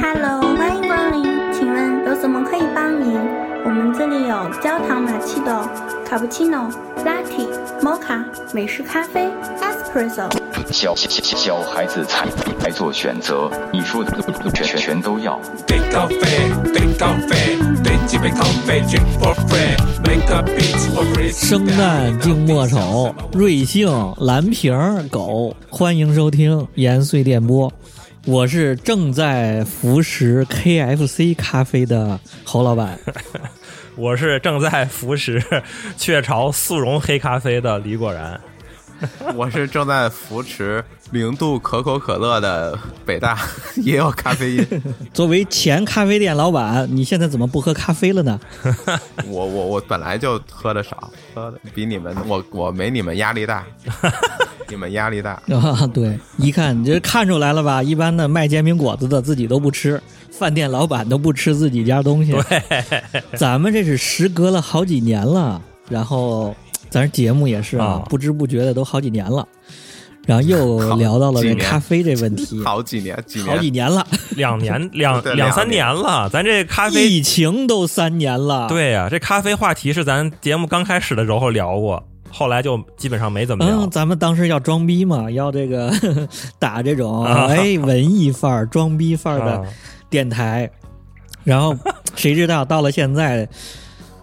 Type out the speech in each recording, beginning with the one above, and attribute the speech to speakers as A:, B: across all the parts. A: Hello，欢迎光临，请问有什么可以帮您？我们这里有焦糖玛奇朵、卡布奇诺、latte、mocha、美式咖啡、espresso。
B: 小小小小孩子才才做选择，你说的全全全都要。
C: Take coffee, take coffee, take几杯咖啡，drink for free, make a beat for free。
D: 生旦净末丑，瑞幸蓝瓶儿狗，欢迎收听延绥电波，我是正在服食 KFC 咖啡的侯老板。
E: 我是正在服食 雀巢速溶黑咖啡的李果然。
F: 我是正在扶持零度可口可乐的北大，也有咖啡因。
D: 作为前咖啡店老板，你现在怎么不喝咖啡了呢？
F: 我我我本来就喝的少，喝的比你们我我没你们压 力大，你们压力大。
D: 啊， 对，一看你这看出来了吧？一般的卖煎饼果子的自己都不吃，饭店老板都不吃自己家东西。咱们这是时隔了好几年了，然后咱节目也是啊
E: 啊，
D: 不知不觉的都好几年了，然后又聊到了
F: 好
D: 这
F: 几年
D: 咖啡这问题，
F: 好几年，几
D: 好几
F: 年，
D: 年了，
E: 两 年两
F: 对
E: 两三
F: 两年哎
E: 年了，咱这咖啡
D: 疫情都三年了，，
E: 对呀、这咖啡话题是咱节目刚开始的时候聊过，后来就基本上没怎么聊。
D: 嗯，咱们当时要装逼嘛，要这个 打这种
E: 啊
D: 哎文艺范儿、装逼范儿的
E: 啊
D: 电台，然 后谁知道到了现在，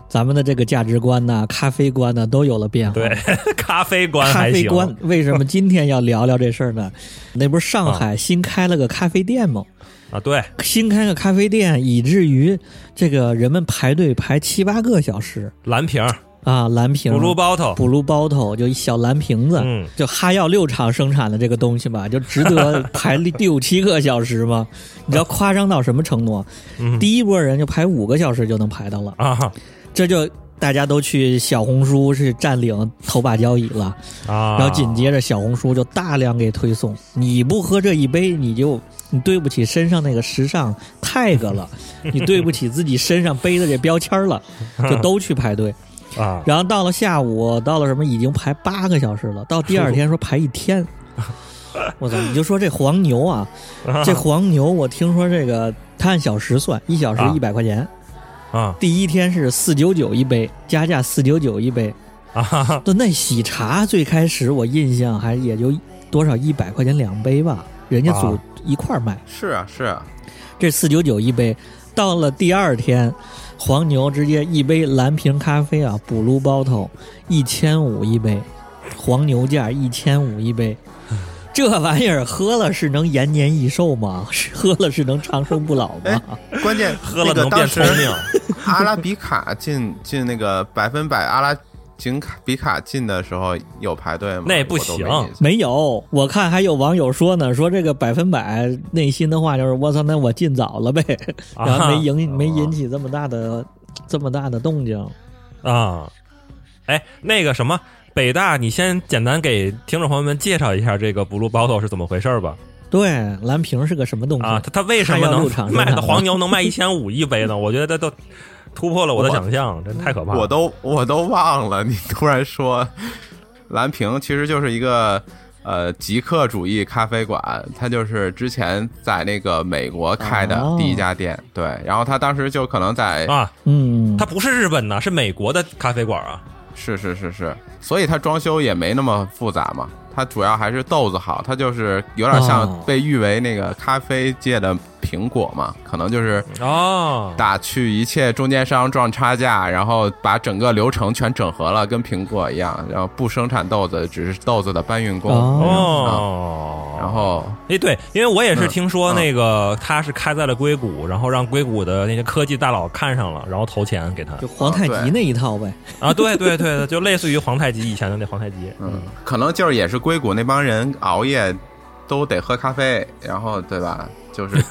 D: 咱们的这个价值观呐、咖啡观呐都有了变化。
E: 对，咖啡观
D: 咖
E: 还
D: 啡
E: 行。
D: 观为什么今天要聊聊这事儿呢？那不是上海新开了个咖啡店吗？
E: 啊，对，
D: 新开个咖啡店，以至于这个人们排队排七八个小时
E: 蓝瓶儿
D: 啊，蓝瓶
E: ，blue bottle，
D: blue bottle 就一小蓝瓶子，
E: 哦嗯
D: 就哈药六厂生产的这个东西吧，就值得排六七个小时 吗？你知道夸张到什么程度？啊
E: 嗯
D: 第一波人就排五个小时就能排到了，
E: 啊
D: 这就大家都去小红书是占领头把交椅了，
E: 啊，
D: 然后紧接着小红书就大量给推送，你不喝这一杯，你就你对不起身上那个时尚 tag 了，你对不起自己身上背的这标签了，就都去排队。
E: 啊，
D: 然后到了下午，到了什么已经排八个小时了，到第二天说排一 天。我操！你就说这黄牛啊，这黄牛，我听说这个他按小时算，一小时
E: 啊
D: 一百块钱。
E: 啊
D: 第一天是四九九一杯，加价四九九一杯。
E: 啊哈哈
D: 就那喜茶最开始我印象还也就多少一百块钱两杯吧，人家组
E: 啊
D: 一块儿卖，
F: 是啊是啊，
D: 这四九九一杯。到了第二天，黄牛直接一杯蓝瓶咖啡啊，blue bottle 一千五一杯，黄牛价一千五一杯。这玩意儿喝了是能延年益寿吗？ 是喝了是能长生不老吗
F: 哎？关键
E: 喝了
F: 那
E: 能
F: 个
E: 变
F: 当时
E: 聪明
F: 阿拉比卡进进那个百分百阿拉景卡比卡进的时候有排队吗？
E: 那不
F: 我都
E: 行
F: 没印象
D: 没有，我看还有网友说呢，说这个百分百内心的话就是我操，那我进早了呗，
E: 啊
D: 然后没引没引起这么大的这么大的动静。
E: 啊！哎，那个什么，北大，你先简单给听众朋友们介绍一下这个 Blue Bottle 是怎么回事儿吧？
D: 对，蓝瓶是个什么东西
E: 啊，它它为什么
D: 它要入场
E: 能卖
D: 生
E: 的
D: 产
E: 黄牛能卖一千五一杯呢？我觉得这都突破了我的
F: 我
E: 想象，真太可怕了。
F: 我都我都忘了，你突然说蓝瓶其实就是一个呃极客主义咖啡馆，它就是之前在那个美国开的
D: 哦
F: 第一家店，对，然后他当时就可能在、
E: 啊，
D: 嗯，
E: 它不是日本的，是美国的咖啡馆啊。
F: 是是是是，所以它装修也没那么复杂嘛。它主要还是豆子好，它就是有点
D: 哦
F: 像被誉为那个咖啡界的苹果嘛，可能就是
E: 哦，
F: 打去一切中间商赚差价，然后把整个流程全整合了，跟苹果一样，然后不生产豆子，只是豆子的搬运工。啊
D: 哦
E: 哦，
F: 然后
E: 哎，对，因为我也是
F: 嗯
E: 听说
F: 嗯
E: 那个他是开在了硅谷，然后让硅谷的那些科技大佬看上了，然后投钱给他
D: 就皇太极那一套呗。
E: 啊，对对对，就类似于皇太极以前的那皇太极，
F: 嗯，可能就是也是硅谷那帮人熬夜都得喝咖啡，然后对吧？就是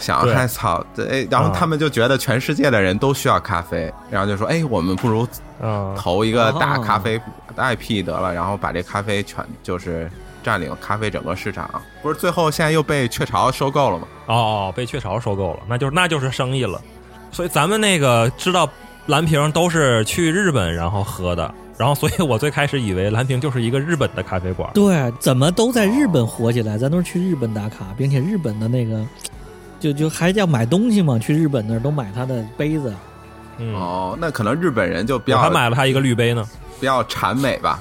F: 想
E: 对
F: 哎操，这哎，然后
E: 啊
F: 他们就觉得全世界的人都需要咖啡，然后就说哎，我们不如
E: 嗯，
F: 投一个大
D: 哦
F: 咖啡 IP 得了，然后把这咖啡全就是占领咖啡整个市场。不是最后现在又被雀巢收购了吗？
E: 哦，被雀巢收购了，那就是那就是生意了。所以咱们那个知道蓝瓶都是去日本然后喝的，然后所以我最开始以为蓝瓶就是一个日本的咖啡馆。
D: 对，怎么都在日本火起来，咱都是去日本打卡，并且日本的那个就就还叫买东西嘛，去日本那儿都买他的杯子，
E: 嗯，
F: 哦，那可能日本人就比
E: 我
F: 较
E: 还买了他一个绿杯呢。
F: 比较谄美吧，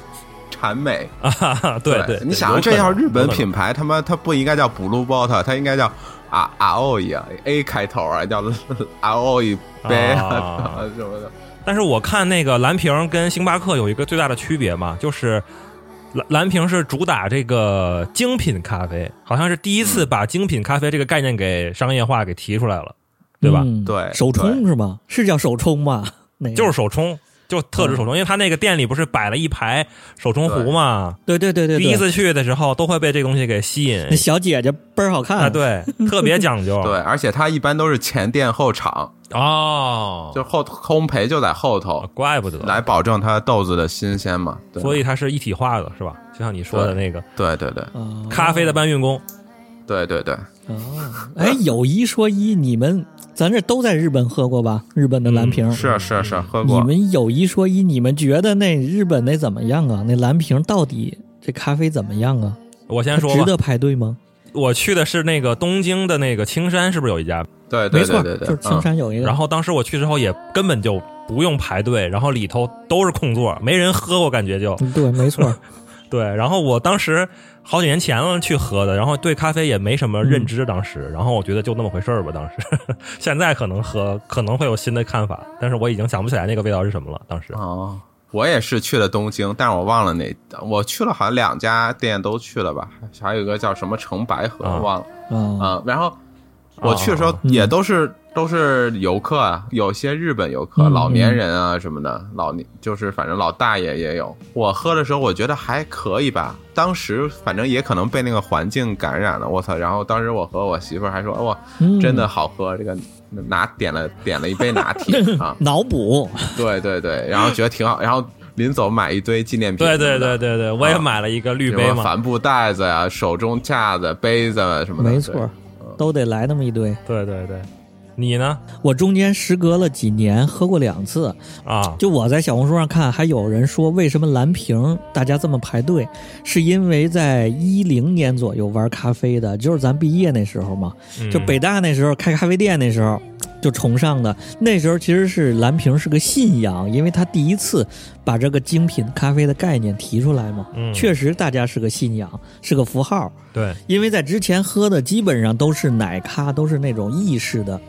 F: 谄美。
E: 啊，哈哈对 对，
F: 你想，这要是日本品牌，他妈它不应该叫 Blue Bottle，它应该叫啊啊哦呀 A 开头啊，叫 啊哦一杯啊
E: 啊
F: 什么的。
E: 但是我看那个蓝瓶跟星巴克有一个最大的区别嘛，就是蓝蓝瓶是主打这个精品咖啡，好像是第一次
F: 嗯
E: 把精品咖啡这个概念给商业化给提出来了，对吧？
D: 嗯
F: 对
D: 手冲是吗？是叫手冲吧？那个
E: 就是手冲，就特制手冲，
D: 嗯
E: 因为他那个店里不是摆了一排手冲壶嘛，
D: 对对对对，
E: 第
D: 对
E: 一次去的时候都会被这东西给吸引
D: 那小姐姐倍儿好看
E: 啊，， 对，特别讲究，
F: 对，而且它一般都是前店后厂，
E: 哦，啊
F: 就是后烘焙就在后头，
E: 怪不得，
F: 来保证它豆子的新鲜嘛。对
E: 所以它是一体化的，是吧？就像你说的那个
F: 对对对
D: 啊，
E: 咖啡的搬运工，
F: 对对对，
D: 啊，哎，有一说一，你们咱这都在日本喝过吧？日本的
E: 嗯
D: 蓝瓶、
F: 是啊是啊是啊，喝
D: 嗯你
F: 过。
D: 们有一说一，你们觉得那日本那怎么样啊？那蓝瓶到底这咖啡怎么样啊？
E: 我
D: 它
E: 先说
D: 值
E: 吧，
D: 得排队吗？
E: 我去的是那个东京的那个青山，是不是有一家？
F: 对对
D: 没错，
F: 对对对，
D: 就是青
F: 嗯
D: 山有一个，
E: 然后当时我去之后也根本就不用排队，然后里头都是空座，没人喝，我感觉就
D: 嗯对， 没错，
E: 对。然后我当时好几年前了去喝的，然后对咖啡也没什么认知，当时，然后我觉得就那么回事儿吧，当时。 现在可能喝可能会有新的看法，但是我已经想不起来那个味道是什么了，当时。
F: 哦，我也是去了东京，但是我忘了哪，我去了好像两家店都去了吧，还有一个叫什么城白河、
E: 啊
F: 忘了
D: 啊，哦嗯
F: 啊、然后我去的时候也都是、都是游客啊，有些日本游客、
D: 嗯
F: 老年人啊什么的，老年就是反正老大爷也有。我喝的时候我觉得还可以吧，当时反正也可能被那个环境感染了，我操！然后当时我和我媳妇儿还说，哇、
D: 嗯
F: 啊真的好喝，这个拿点了点了一杯拿 铁啊。
D: 脑补，
F: 对对对，然后觉得挺好，然后临走买一堆纪念品，
E: 对对对，对对，我也
F: 啊
E: 买了一个绿
F: 什
E: 杯
F: 么
E: 嘛，
F: 帆布袋子呀、手中架子、杯子啊什么的，
D: 没错，都得来那么一堆。
E: 对对对。你呢？
D: 我中间时隔了几年喝过两次，
E: 啊，
D: 就我在小红书上看，还有人说为什么蓝瓶大家这么排队，是因为在一零年左右玩咖啡的，就是咱毕业那时候嘛，就
E: 嗯
D: 北大那时候开咖啡店那时候。就崇尚的那时候其实是蓝瓶是个信仰，因为他第一次把这个精品咖啡的概念提出来嘛，
E: 嗯
D: 确实大家是个信仰，是个符号。
E: 对，
D: 因为在之前喝的基本上都是奶咖，都是那种意式的，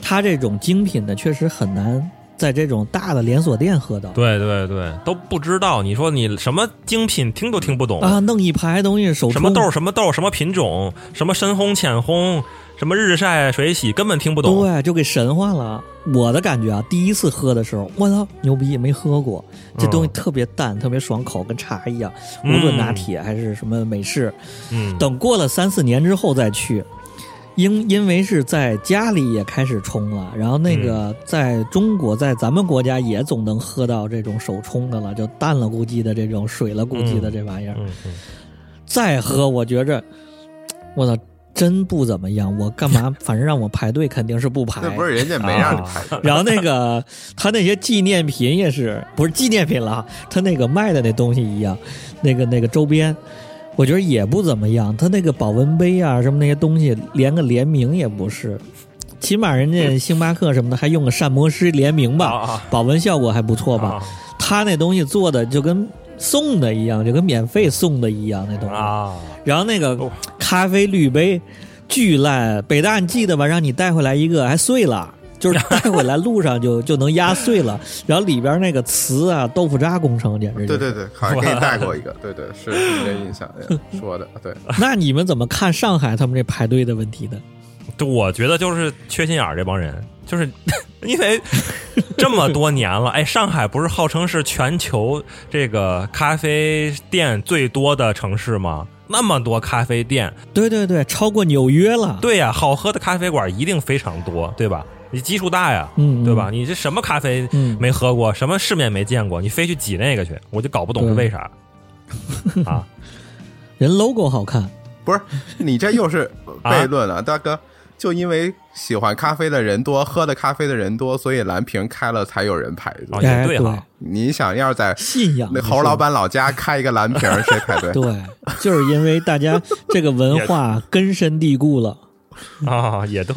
D: 它这种精品的确实很难在这种大的连锁店喝到。
E: 对对对，都不知道。你说你什么精品听都听不懂
D: 啊，弄一排东西手冲
E: 什么豆儿什么豆儿什么品种，什么深烘浅烘，什么日晒水洗，根本听不懂。
D: 对，就给神化了。我的感觉啊，第一次喝的时候，我操，牛逼，没喝过，
E: 嗯
D: 这东西特别淡，特别爽口，跟茶一样。无论拿铁还是什么美式，
E: 嗯，
D: 等过了三四年之后再去，因因为是在家里也开始冲了，然后那
E: 嗯
D: 个在中国，在咱们国家也总能喝到这种手冲的了，就淡了咕叽的这种，水了咕叽的这玩意儿。
E: 嗯嗯
D: 再喝，我觉着，我操，真不怎么样。我干 嘛？反正让我排队肯定是不排。
F: 那不是人家没
D: 哎
F: 让
E: 啊
F: 你排队，
D: 然后那个他那些纪念品也是，不是纪念品了，他那个卖的那东西一样，那个那个周边，我觉得也不怎么样。他那个保温杯啊什么那些东西，连个联名也不是，起码人家星巴克什么的还用个膳魔师联名
E: 啊
D: 吧，
E: 啊，
D: 保温效果还不错吧。
E: 啊
D: 他那东西做的就跟送的一样，就跟免费送的一样那东西。
E: 啊，
D: 然后那个
E: 哦
D: 咖啡滤杯巨烂，北大你记得吧？让你带回来一个还碎了，就是带回来路上就 就能压碎了。然后里边那个瓷啊、豆腐渣工程简直、就
F: 对
D: 是。
F: 对对，好像给你带过一个，对对是 你这印象哎说的，对，
D: 那你们怎么看上海他们这排队的问题呢？
E: 就我觉得就是缺心眼儿这帮人，就是 因为这么多年了，哎，上海不是号称是全球这个咖啡店最多的城市吗？那么多咖啡店，
D: 对对对，超过纽约了。，
E: 对呀、好喝的咖啡馆一定非常多，对吧？你基数大呀，
D: 嗯，
E: 对吧？？你这什么咖啡
D: 嗯
E: 没喝过，什么世面没见过，你非去挤那个去，我就搞不懂是为啥啊？
D: 人 logo 好看，
F: 不是你这又是悖论
E: 啊
F: 了，大哥。就因为喜欢咖啡的人多，喝的咖啡的人多，所以蓝瓶开了才有人排
E: 啊，
F: 队。
E: 也
D: 哎，对，
E: 哈，
F: 你想要在
D: 信仰
F: 那侯老。板老家开一个蓝瓶，
D: 哎
F: 谁排队？
D: 对，就是因为大家这个文化根深蒂固了。
E: 啊，也对，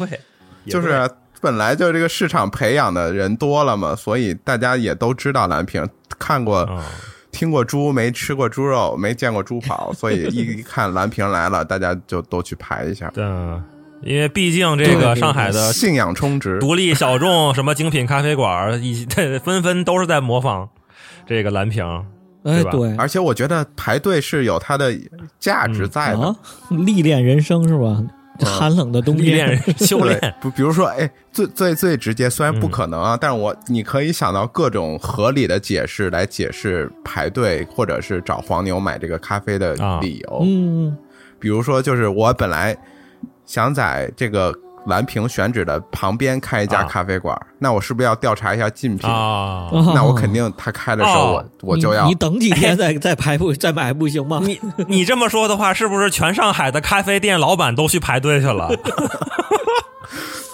E: 也
F: 就
E: 对
F: 是本来就这个市场培养的人多了嘛，所以大家也都知道蓝瓶，看过、
E: 啊，
F: 听过猪，没吃过猪肉，没见过猪跑，所以 一一看蓝瓶来了，大家就都去排一下。
E: 嗯，因为毕竟这个上海的
F: 信仰充值，
E: 独立小众什么精品咖啡馆儿，一 纷纷都是在模仿这个蓝瓶儿。
D: 哎，
E: 对吧
D: 对，
F: 而且我觉得排队是有它的价
E: 嗯
F: 值在的。
D: 啊，历练人生是吧？寒冷的冬
E: 历练
D: 天，
E: 人修
F: 对
E: 炼，
F: 不，比如说，哎，最最最直接，虽然不可能
E: 嗯
F: 啊，但是我你可以想到各种合理的解释来解释排队或者是找黄牛买这个咖啡的
E: 啊
F: 理由。
D: 嗯，
F: 比如说，就是我本来想在这个蓝屏选址的旁边开一家
E: 啊
F: 咖啡馆，那我是不是要调查一下竞品？
E: 啊！
D: 嗯
F: 那我肯定他开的时候我，
E: 哦
F: 我就要
D: 你你等几 天再再排不再买不行吗？
E: 你 你这么说的话，是不是全上海的咖啡店老板都去排队 去了？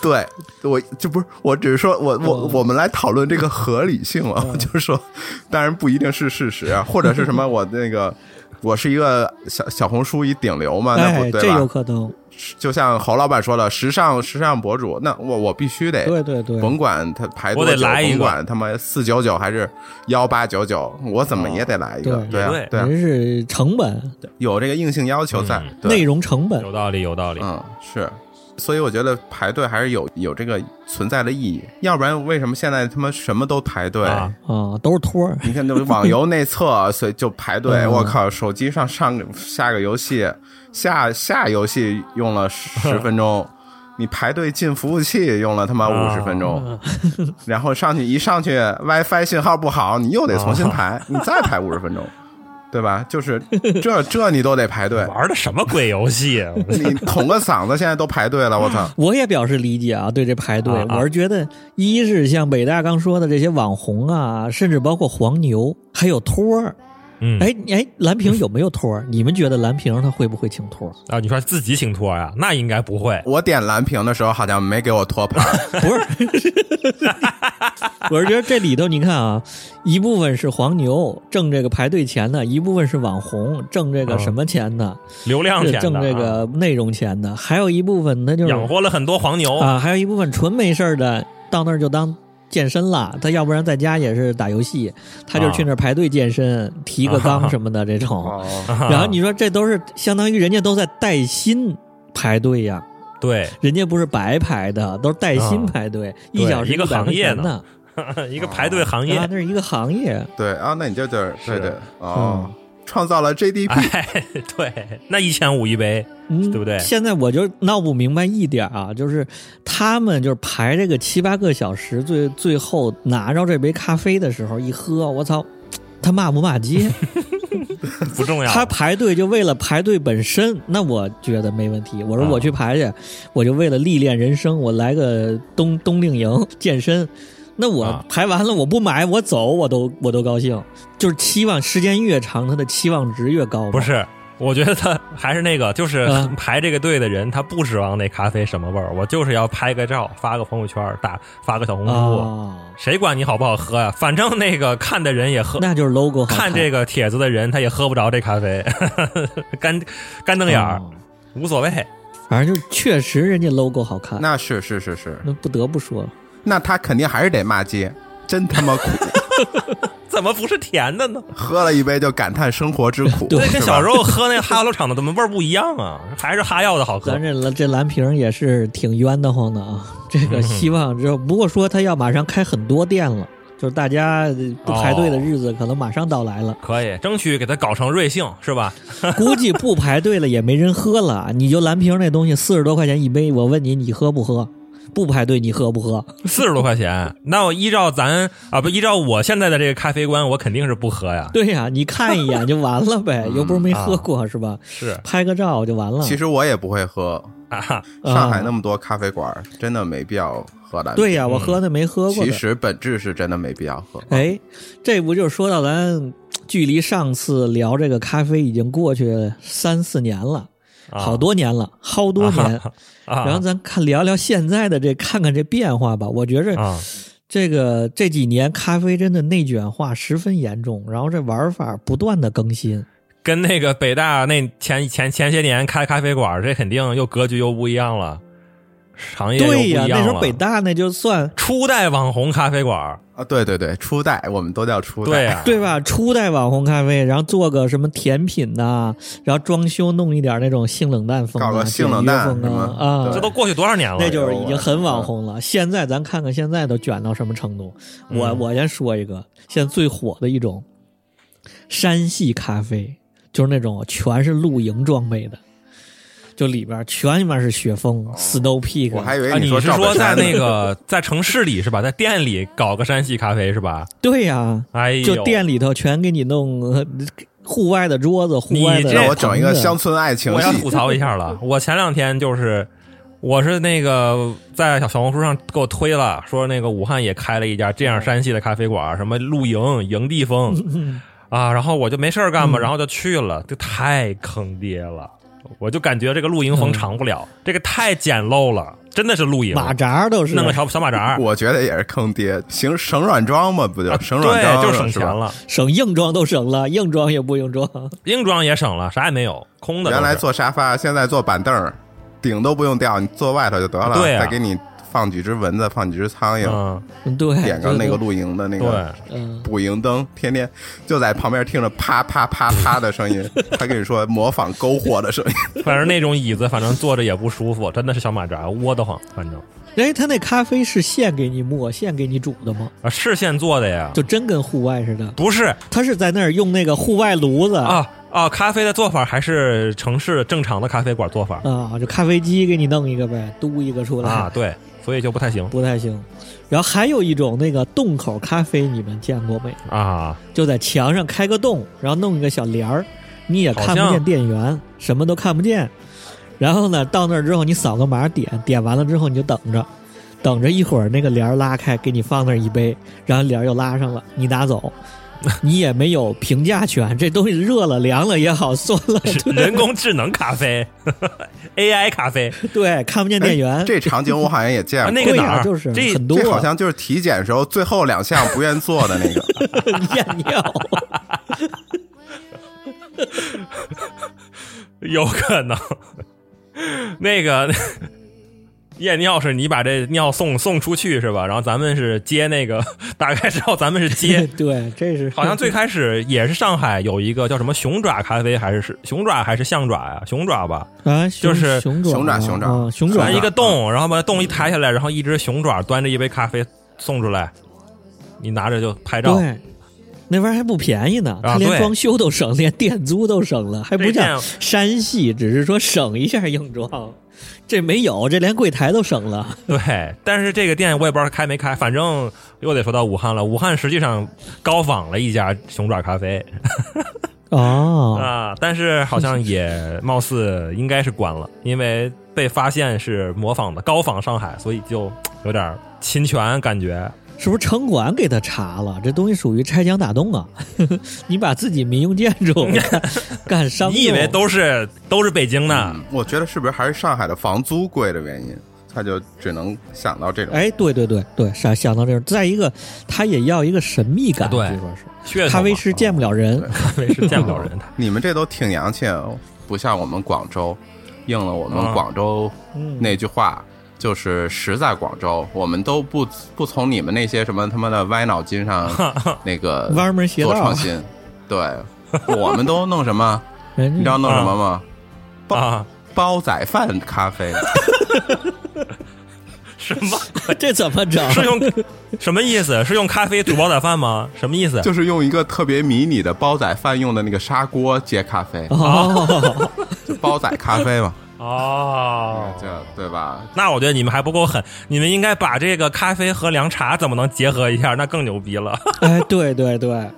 F: 对我这不是，我只是说我我
D: 嗯
F: 我们来讨论这个合理性了，我就是说，当然不一定是事实啊，或者是什么我那个。 我是一个小小红书一顶流嘛，那不
D: 哎，
F: 对
D: 这
F: 吧
D: 有？可能，
F: 就像侯老板说的，时尚时尚博主，那我我必须得
D: 对对对，
F: 甭管他排多
E: 我得
F: 久，
E: 来一个
F: 甭管他妈四九九还是幺八九九，我怎么也得来一个
D: 哦，
F: 对啊
E: 对，
F: 对啊，
D: 人是成本，
F: 有这个硬性要求在，
E: 嗯
D: 内
F: 对，
D: 容成本
E: 有，道理，有道理。
F: 嗯，是。所以我觉得排队还是有有这个存在的意义，要不然为什么现在他妈什么都排队？
E: 啊，
D: 啊，都是托儿，
F: 你看，那网游内测，所以就排队。
D: 嗯
F: 我靠，手机上上个下个游戏，下下游戏用了十分钟，你排队进服务器用了他妈五十分钟，然后上去一上去 WiFi 信号不好，你又得重新排，你再排五十分钟，对吧？就是这这你都得排队
E: 玩的什么鬼游戏？啊
F: 你捅个嗓子现在都排队了，我操！
D: 我也表示理解啊，对这排队，
E: 啊啊
D: 我是觉得，一是像北大刚说的这些网红啊，甚至包括黄牛，还有托儿。
E: 嗯，
D: 哎哎，蓝屏有没有托儿？你们觉得蓝屏他会不会请托儿？
E: 啊，你说自己请托呀？那应该不会。
F: 我点蓝屏的时候好像没给我托盘，
D: 不是， 我是觉得这里头你看啊，一部分是黄牛挣这个排队钱的，一部分是网红挣
F: 啊
D: 这个什么钱的，
E: 流量
D: 是
E: 钱的
D: 挣这
E: 啊
D: 个内容钱的，还有一部分那就是
E: 养活了很多黄牛
D: 啊，还有一部分纯没事儿的，到那儿就当健身了。他要不然在家也是打游戏，他就
E: 啊
D: 去那儿排队健身，提个杠什么的这种。
E: 哦啊
D: 然后你说这都是相当于人家都在带薪排队呀，
E: 对
D: 人家不是白排的，都是带薪
E: 啊
D: 排队，
E: 对
D: 一小时
E: 一个
D: 100块钱
E: 行业
D: 呢
E: 呢，一个排队行
D: 对吧
E: 业？，
D: 那是一个行业。
F: 对啊，那你就得对
E: 是
F: 对哦，创造了 GDP，
E: 哎，对，那一千五一杯，
D: 嗯，
E: 对不对
D: 现在我就闹不明白一点啊，就是他们就是排这个七八个小时，最最后拿着这杯咖啡的时候一喝，我操，他骂不骂街？
E: 不重要。
D: 他排队就为了排队本身，那我觉得没问题。我说
E: 啊
D: 我去排去，我就为了历练人生，我来个冬冬令营健身。那我
E: 啊
D: 排完了，我不买，我走，我都我都高兴。就是期望时间越长，他的期望值越高嘛。
E: 不是，我觉得他还是那个，就是
D: 嗯
E: 排这个队的人，他不指望那咖啡什么味儿，我就是要拍个照，发个朋友圈，打发个小红书，
D: 啊，
E: 谁管你好不好喝呀、反正那个看的人也喝，
D: 那就是 logo 好
E: 看这个帖子的人他也喝不着这咖啡， 干干瞪眼儿、
D: 哦
E: 无所谓。
D: 反正就确实人家 logo 好看，
F: 那是是是是，
D: 那不得不说，
F: 那他肯定还是得骂街，真他妈苦！
E: 怎么不是甜的呢？
F: 喝了一杯就感叹生活之 苦，
D: 对
E: 那
F: 是
E: 跟
F: 吧
E: 小时候喝那哈罗厂的怎么味儿不一样啊？还是哈药的好喝
D: 咱。这蓝这蓝瓶也是挺冤得慌的啊。这个希望之后，不过说他要马上开很多店了，就是大家呃不排队的日子可能马上到来了，
E: 可以，争取给它搞成瑞幸，是吧？
D: 估计不排队了也没人喝了。啊你就蓝瓶那东西四十多块钱一杯，我问你，你喝不喝？不排队你喝不喝？
E: 四十多块钱，那我依照咱啊不依照我现在的这个咖啡观，我肯定是不喝呀。
D: 对呀、你看一眼就完了呗，又不是没喝过、是吧？
E: 是
D: 拍个照就完了。
F: 其实我也不会喝，
E: 啊，
F: 上海那么多咖啡馆，真的没必要喝蓝。
D: 对呀、，我喝那没喝过的。
F: 其实本质是真的没必要喝。
D: 哎，这不就说到咱距离上次聊这个咖啡已经过去三四年了，
E: 啊
D: 好多年了，好多年。
E: 啊，
D: 然后咱看聊聊现在的这，看看这变化吧。我觉着
E: 啊，
D: 这个、这几年咖啡真的内卷化十分严重，然后这玩法不断的更新。
E: 跟那个北大那前前前些年开咖啡馆，这肯定又格局又不一样了。行业又不
D: 对
E: 一
D: 呀、
E: 样了。啊
D: 那时候北大那就算
E: 初代网红咖啡馆，
F: 啊，对对对，初代我们都叫初代，
E: 对呀、
D: 对吧？初代网红咖啡，然后做个什么甜品呐、然后装修弄一点那种性冷淡风、啊，
F: 搞个性冷淡
D: 简约风啊
F: 什么
D: 啊，
F: 对
E: 这都过去多少年了？
D: 那就是已经很
F: 嗯
D: 网红了。现在咱看看现在都卷到什么程度。我
E: 嗯
D: 我先说一个，现在最火的一种山系咖啡，就是那种全是露营装备的，就里边全他妈是雪峰、snow peak，
F: 哦我还以为
E: 啊，你
F: 说
E: 是
F: 赵本
E: 说在
F: 山
E: 那个在城市里是吧？在店里搞个山西咖啡是吧？
D: 对呀、
E: 哎呦，
D: 就店里头全给你弄呃户外的桌子、户
E: 你
D: 外的
E: 这
D: 棚
F: 让
D: 子，
F: 我整一个乡村爱情
E: 我要
F: 戏
E: 吐，槽一下 了，我前两天就是。我是那个在小小红书上给我推了，说那个武汉也开了一家这样山西的咖啡馆，什么露营、营地风 啊，然后我就没事儿干嘛，
F: 嗯
E: 然后就去了，这太坑爹了，我就感觉这个露营
F: 嗯
E: 风长不了，这个太简陋了，真的是露营，
D: 马扎都是
E: 弄个小小马扎，
F: 我觉得也是坑爹，省省软装嘛，不就
E: 啊
F: 省软装
E: 对，就是省钱
F: 吧。
E: 了，
D: 省硬装都省了，硬装也不硬装。
E: 硬装也省了，啥也没有，空的都是。
F: 原来坐沙发，现在坐板凳儿，顶都不用吊，你坐外头就得了。
E: 对啊
F: 再给你放几只蚊子，放几只苍蝇，
E: 嗯，
D: 嗯对，
F: 点个
D: 就
F: 那个
D: 就
F: 露营的那个
E: 对，
D: 嗯，
F: 捕蝇灯，天天就在旁边听着啪啪啪啪的 声音。他跟你说模仿篝火的声音，
E: 反正那种椅子，反正坐着也不舒服，真的是小马扎，窝得慌。反正
D: 哎，他那咖啡是现给你磨、现给你煮的吗？
E: 啊，是现做的呀，
D: 就真跟户外似的。
E: 不是
D: 他是在那儿用那个户外炉子
E: 啊啊，咖啡的做法还是城市正常的咖啡馆做法
D: 啊就咖啡机给你弄一个呗，嘟一个出来
E: 啊，，对，所以就不太行
D: 不太行。然后还有一种那个洞口咖啡，你们见过没？
E: 啊。
D: 就在墙上开个洞，然后弄一个小帘儿，你也看
E: 好
D: 不见
E: 像
D: 店员，什么都看不见。然后呢，到那儿之后你扫个码点，点完了之后你就等着，等着一会儿那个帘儿拉开，给你放那儿一杯，然后帘儿又拉上了，你拿 走，你也没有评价权，这东西热了凉了也好，酸了
E: 是人工智能咖啡 ，AI 咖啡，
D: 对，看不见店员，
F: 这场景我好像也见
E: 啊
F: 过。
E: 那
D: 哎对
E: 个
D: 呀
E: 哪儿
D: 就是
E: 这
D: 很多
F: 这 好像就是体检时候最后两项不愿做的那个。
D: 验尿，。
E: 有可能。那个验尿是你把这尿送送出去是吧？然后咱们是接那个打开之后，咱们是接
D: 对，这是
E: 好像最开始也是上海有一个叫什么熊爪咖啡，还是是熊爪还是象爪呀、熊爪吧，
D: 啊，
E: 就是
D: 熊爪
F: 熊
D: 啊，
F: 掌熊掌
D: 啊，熊
F: 熊
D: 爪
E: 反正
F: 掌
E: 一个洞，然后把洞一抬下来，然后一只熊爪端着一杯咖啡送出来，你拿着就拍照。
D: 对，那玩意儿还不便宜呢，
E: 啊
D: 他连
E: 对
D: 装修都省，连店租都省了，还不
E: 这
D: 像
E: 样
D: 山系，只是说省一下硬装，这没有，这连柜台都省了。
E: 对，但是这个店我也不知道开没开，反正又得说到武汉了。武汉实际上高仿了一家熊爪咖啡，
D: 哦，
E: 啊，但是好像也貌似应该是关了，因为被发现是模仿的高仿上海，所以就有点侵权感觉。
D: 是不是城管给他查了？这东西属于拆墙打洞啊！ 你把自己民用建 筑干干商用，
E: 你以为都是都是北京
D: 嗯
E: 的？
F: 嗯我觉得是不是还是上海的房租贵的原因，他就只能想到这种。
D: 哎，对对对对，想想到这种，再一个，他也要一个神秘感，
F: 啊
E: 对
D: 据说是
E: 噱头
D: 咖啡
E: 嘛
D: 师见不了人，
E: 咖啡师见不了人的。
F: 你们这都挺洋气哦，不像我们广州，应了我们
E: 啊
F: 广州
D: 嗯
F: 那句话，就是实在广州，我们都不不从你们那些什么他妈的歪脑筋 上那个
D: 歪门邪道
F: 做创新， 对，我们都弄什么？
D: 人
F: 你知
D: 家
F: 道弄什么吗？
D: 嗯
E: 啊，
F: 煲仔饭 咖啡，
E: 什么？
D: 这怎么整？
E: 是用什么意思？是用咖啡煮煲仔饭吗？什么意思？
F: 就是用一个特别迷你的煲仔饭用的那个砂锅接咖啡，
D: 哦，
F: 就煲仔咖啡嘛，
E: 哦，
F: 这对吧？
D: 啊
E: 那我觉得你们还不够狠，你们应该把这个咖啡和凉茶怎么能结合一下，那更牛逼了。
D: 哎，对对对，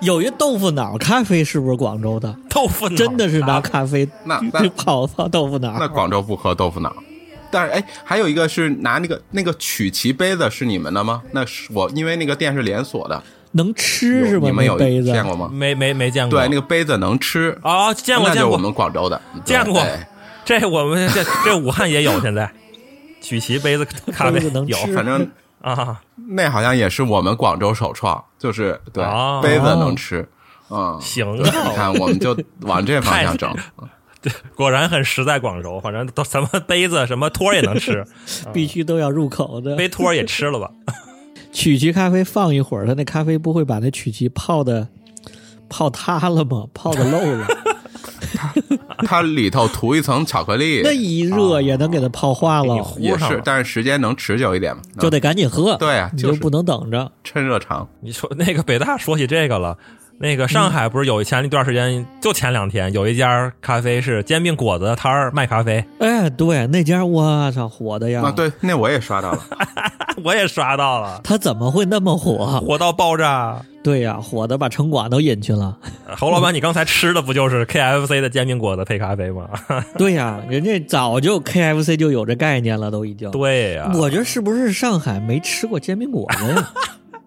D: 有一豆腐脑咖啡是不是广州的？
E: 豆腐脑
D: 真的是拿咖啡
F: 那那
D: 去泡泡豆腐
F: 那
D: 脑，
F: 广州不喝豆腐脑，但是哎，还有一个是拿那个那个曲奇杯子是你们的吗？那是我，因为那个店是连锁的，
D: 能吃是吧？
F: 有你们有
D: 那杯子
F: 见过吗？
E: 没没没见过。
F: 对，那个杯子能吃，
E: 哦，见过
F: 那
E: 见
F: 就是
E: 过
F: 我，们广州的，
E: 见过
F: 对哎
E: 这我们 这这武汉也有现在，曲奇杯子咖啡
D: 杯子能
E: 有
D: 吃
F: 反正
E: 啊，
F: 那好像也是我们广州首创，就是对、
E: 哦
F: 杯子能吃，嗯，
E: 行
F: 你
E: 啊，
F: 看我们就往这方向整，
E: 果然很实在。广州，反正都什么杯子、什么托儿也能 吃，
D: 必须都要入口的。
E: 杯托儿也吃了吧？
D: 曲奇咖啡放一会儿，它那咖啡不会把那曲奇泡的泡塌了吗？泡的漏了，
F: 它里头涂一层巧克力
D: 那，一
F: 啊
D: 热也能给它泡化
E: 给你
D: 了，
E: 糊
F: 也
E: 上
F: 是，
E: 了。
F: 但是时间能持久一点嘛？
D: 就
F: 得
D: 得赶紧喝。
F: 嗯对啊
D: 你
F: 就
D: 就是不能等着。
F: 趁热尝。
E: 你说那个北大说起这个了，那个上海不是有前一段时间，就前两天有一家咖啡是煎饼果子摊儿卖咖啡，
D: 哎，对，那家我操火的呀！
F: 啊，，对，那我也刷到了，
E: 我也刷到了，
D: 它怎么会那么火？
E: 火到爆炸。
D: 对呀、火的把城管都引去了。
E: 侯老板，你刚才吃的不就是 KFC 的煎饼果子配咖啡吗？
D: 对呀、人家早就 KFC 就有这概念了，都已经。
E: 对啊呀、
D: 我觉得是不是上海没吃过煎饼果子呀？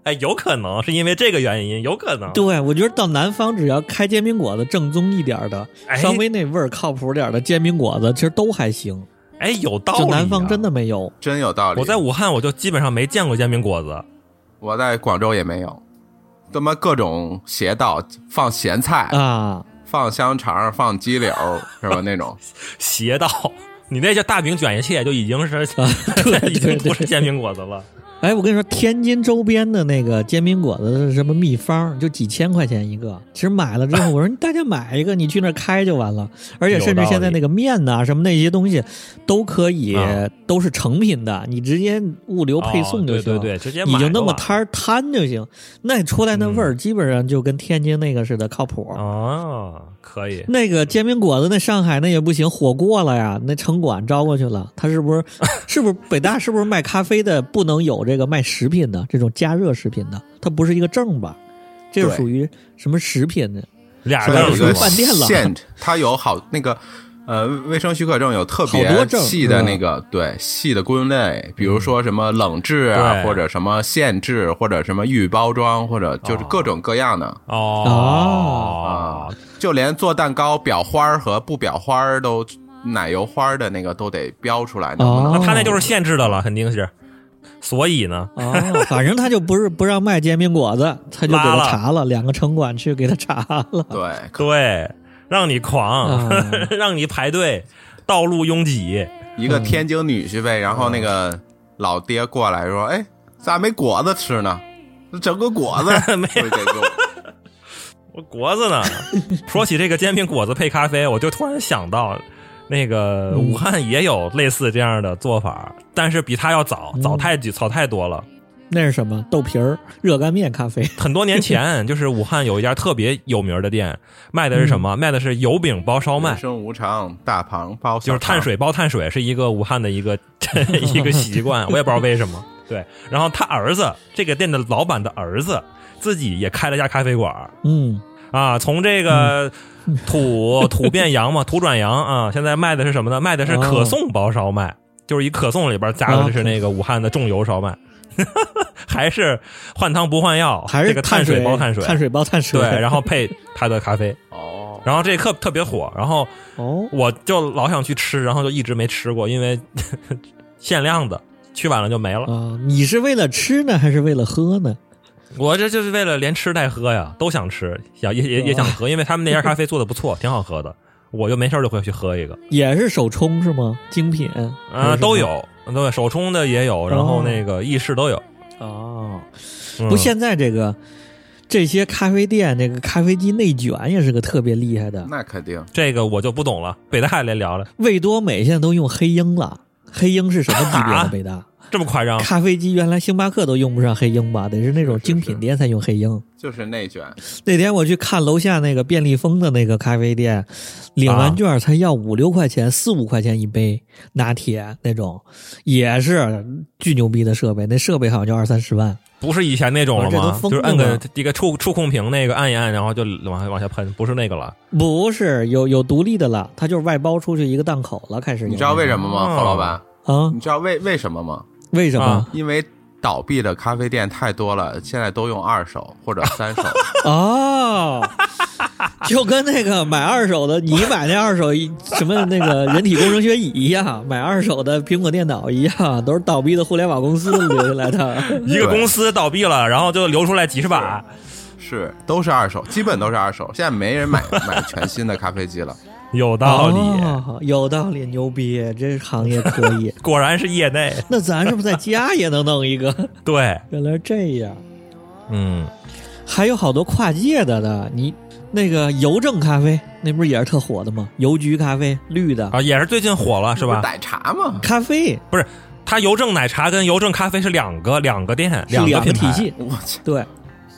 E: 哎，有可能是因为这个原因，有可能。
D: 对，我觉得到南方只要开煎饼果子正宗一点儿的，
E: 哎
D: 稍微那味儿靠谱点儿的煎饼果子，其实都还行。
E: 哎，有道理、
D: 就南方真的，没有，
F: 真有道理。
E: 我在武汉我就基本上没见过煎饼果子。
F: 我在广州也没有，他妈各种邪道，放咸菜，
D: 啊，
F: 放香肠，放鸡柳，是吧？那种
E: 邪道，你那叫大饼卷一切，就已经是、
D: 啊对
E: 已经不
D: 对
E: 是煎饼果子了。
D: 哎，我跟你说，天津周边的那个煎饼果子是什么秘方，就几千块钱一个。其实买了之后，我说你大家买一个，你去那儿开就 完了。而且甚至现在那个面呐、什么那些东西，都可以、
E: 啊
D: 都是成品的，你直接物流配送就
E: 哦
D: 行。
E: 对对对，直接
D: 你
E: 买嗯
D: 就那么
E: 了
D: 摊儿摊就行，那出来那味儿基本上就跟天津那个似的靠谱。
E: 哦，可以。
D: 那个煎饼果子，那上海那也不行，火过了呀，那城管招过去了。他是不 是是不是北大是不是卖咖啡的不能有这个卖食品的这种加热食品的？它不是一个证吧？这是
F: 对
D: 属于什么食品呢？
E: 俩
F: 它
E: 人
F: 有一个
D: 饭店了
F: 限制，它有好那个呃卫生许可证有特
D: 好多
F: 别
D: 证
F: 细的那个对细的归类，比如说什么冷制啊，
E: 对
F: 或者什么限制，或者什么预包装，或者就是各种各样的
E: 哦
F: 啊，就连做蛋糕裱花儿和不裱花儿都奶油花儿的那个都得标出来，能不能？
E: 那他那就是限制的了，肯定是。所以呢，
D: 哦，反正他就不是不让卖煎饼果子，他就给
E: 拉
D: 他
E: 了
D: 查了，两个城管去给他查
E: 啊
D: 了。
F: 对，
E: 对，让你狂，
D: 啊
E: 让你排队，道路拥挤。
F: 一
E: 嗯
F: 个天津女婿呗，然后那个老爹过来说：“哎，咋没果子吃呢？整个果 子
E: 没
F: 有。这个
E: 我果子呢？说起这个煎饼果子配咖啡，我就突然想到，那个武汉也有类似这样的做法，但是比它要早，早太久，早太多了。
D: 那是什么？豆皮儿、热干面、咖啡。
E: 很多年前，就是武汉有一家特别有名的店，卖的是什么？卖的是油饼包烧麦
F: 人，生无常，大庞包小
E: 就是碳
F: 肠
E: 水包碳水，是一个武汉的一个 一个习惯，我也不知道为什么。对，然后他儿子这个店的老板的儿子自己也开了家咖啡馆儿，
D: 嗯，
E: 啊，从这个土土变洋嘛，土转洋啊，现在卖的是什么呢？卖的是可颂包烧麦，就是一可颂里边加的是那个武汉的重油烧麦， 还是换汤不换药，
D: 还
E: 这
D: 是
E: 个碳水包碳水，
D: 碳水包碳水。
E: 对，然后配他的咖啡，
F: 哦，
E: 然后这课特别火，然后
D: 哦，
E: 我就老想去吃，然后就一直没吃过，因为 限量的。去晚了就没了，
D: 啊，你是为了吃呢，还是为了喝呢？
E: 我这就是为了连吃带喝呀，都想吃，想也也也想喝，因为他们那家咖啡做的不错，挺好喝的，我就没事儿就会去喝一个。
D: 也是手冲是吗？精品
E: 啊，都有，对，手冲的也有，然后
D: 哦
E: 那个意式都有。
D: 哦。
E: 嗯
D: 不，现在这个这些咖啡店，这个咖啡机内卷也是个特别厉害的。
F: 那肯定
E: 这个我就不懂了，北大来聊聊，
D: 味多美现在都用黑鹰了，黑鹰是什么级别
E: 啊
D: 的？北大
E: 这么夸张？
D: 咖啡机原来星巴克都用不上黑鹰吧？得是那种精品店才用黑鹰。
F: 就是内卷，
D: 那天我去看楼下那个便利蜂的那个咖啡店，领完券才要五六块钱、四五块钱一杯拿铁那种，也是巨牛逼的设备，那设备好像就二三十万。
E: 不是以前那种了
D: 我这都
E: 吗？
D: 疯
E: 就
D: 了
E: 是按个一个触触控屏那个按一按，然后就往下往下喷，不是那个了。
D: 不是有有独立的了，它就是外包出去一个档口了，开始有
F: 你知道为什么
E: 哦
F: 吗，侯老板？
D: 啊？
F: 你知道为为什么吗？
D: 为什么
E: 啊
F: 因为倒闭的咖啡店太多了，现在都用二手或者三 手。啊
D: 哦，就跟那个买二手的，你买那二手一什么那个人体工程学椅一样，买二手的苹果电脑一样，都是倒闭的互联网公司留下来的。
E: 一个公司倒闭了，然后就流出来几十把，
F: 是，都是二手，基本都是二手。现在没人买买全新的咖啡机了。
E: 有道理，
D: 哦有道理，牛逼，这行业可以。
E: 果然是业内。
D: 那咱是不是在家也能弄一个？
E: 对，
D: 原来这样，
E: 嗯，
D: 还有好多跨界的的，你那个邮政咖啡那不是也是特火的吗？邮局咖啡，绿的、
E: 啊，也是最近火了，是吧？
F: 奶茶嘛，
D: 咖啡
E: 不是，它邮政奶茶跟邮政咖啡是两个两个店，
D: 是
E: 个
D: 两
E: 品牌
D: 体。系，
F: 我去，
D: 对，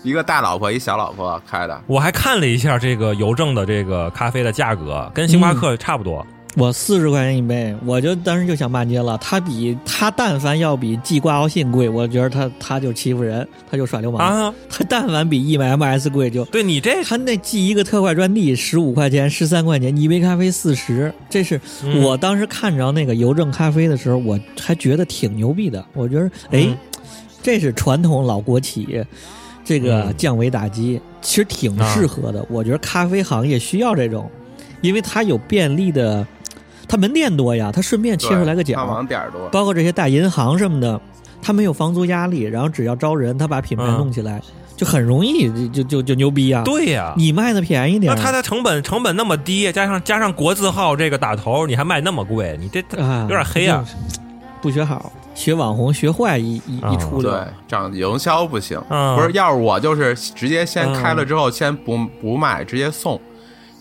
F: 一个大老婆，一小老婆开的，
E: 我还看了一下这个邮政的这个咖啡的价格，跟星巴
D: 嗯
E: 克差不多。
D: 我四十块钱一杯，我就当时就想骂街了。他比他但凡要比寄挂号信贵，我觉得他他就欺负人，他就耍流氓。
E: 啊，
D: 他但凡比 EMS 贵就，
E: 对你这
D: 他那寄一个特快专递十五块钱、十三块钱，一杯咖啡四十，这是
E: 嗯
D: 我当时看着那个邮政咖啡的时候，我还觉得挺牛逼的。我觉得，哎，
E: 嗯
D: 这是传统老国企，这个
E: 嗯啊
D: 降维打击、其实挺适合的。我觉得咖啡行业需要这种，因为它有便利的，它门店多呀，它顺便切出来个
F: 对它
D: 角
F: 网，点儿多，
D: 包括这些大银行什么的，它没有房租压力，然后只要招人，它把品牌
E: 嗯
D: 弄起来、就很容易，就就就就牛逼啊！
E: 对呀、
D: 你卖的便宜点
E: 那
D: 儿，
E: 它的成本成本那么低，加上加上国字号这个打头，你还卖那么贵，你这
D: 啊
E: 有点黑啊！
D: 不学好，学网红学坏一一
E: 啊
D: 一出溜
F: 对，这样营销不行，
E: 嗯
F: 不是，要是我就是直接先
E: 嗯
F: 开了之后，先不不卖，直接送。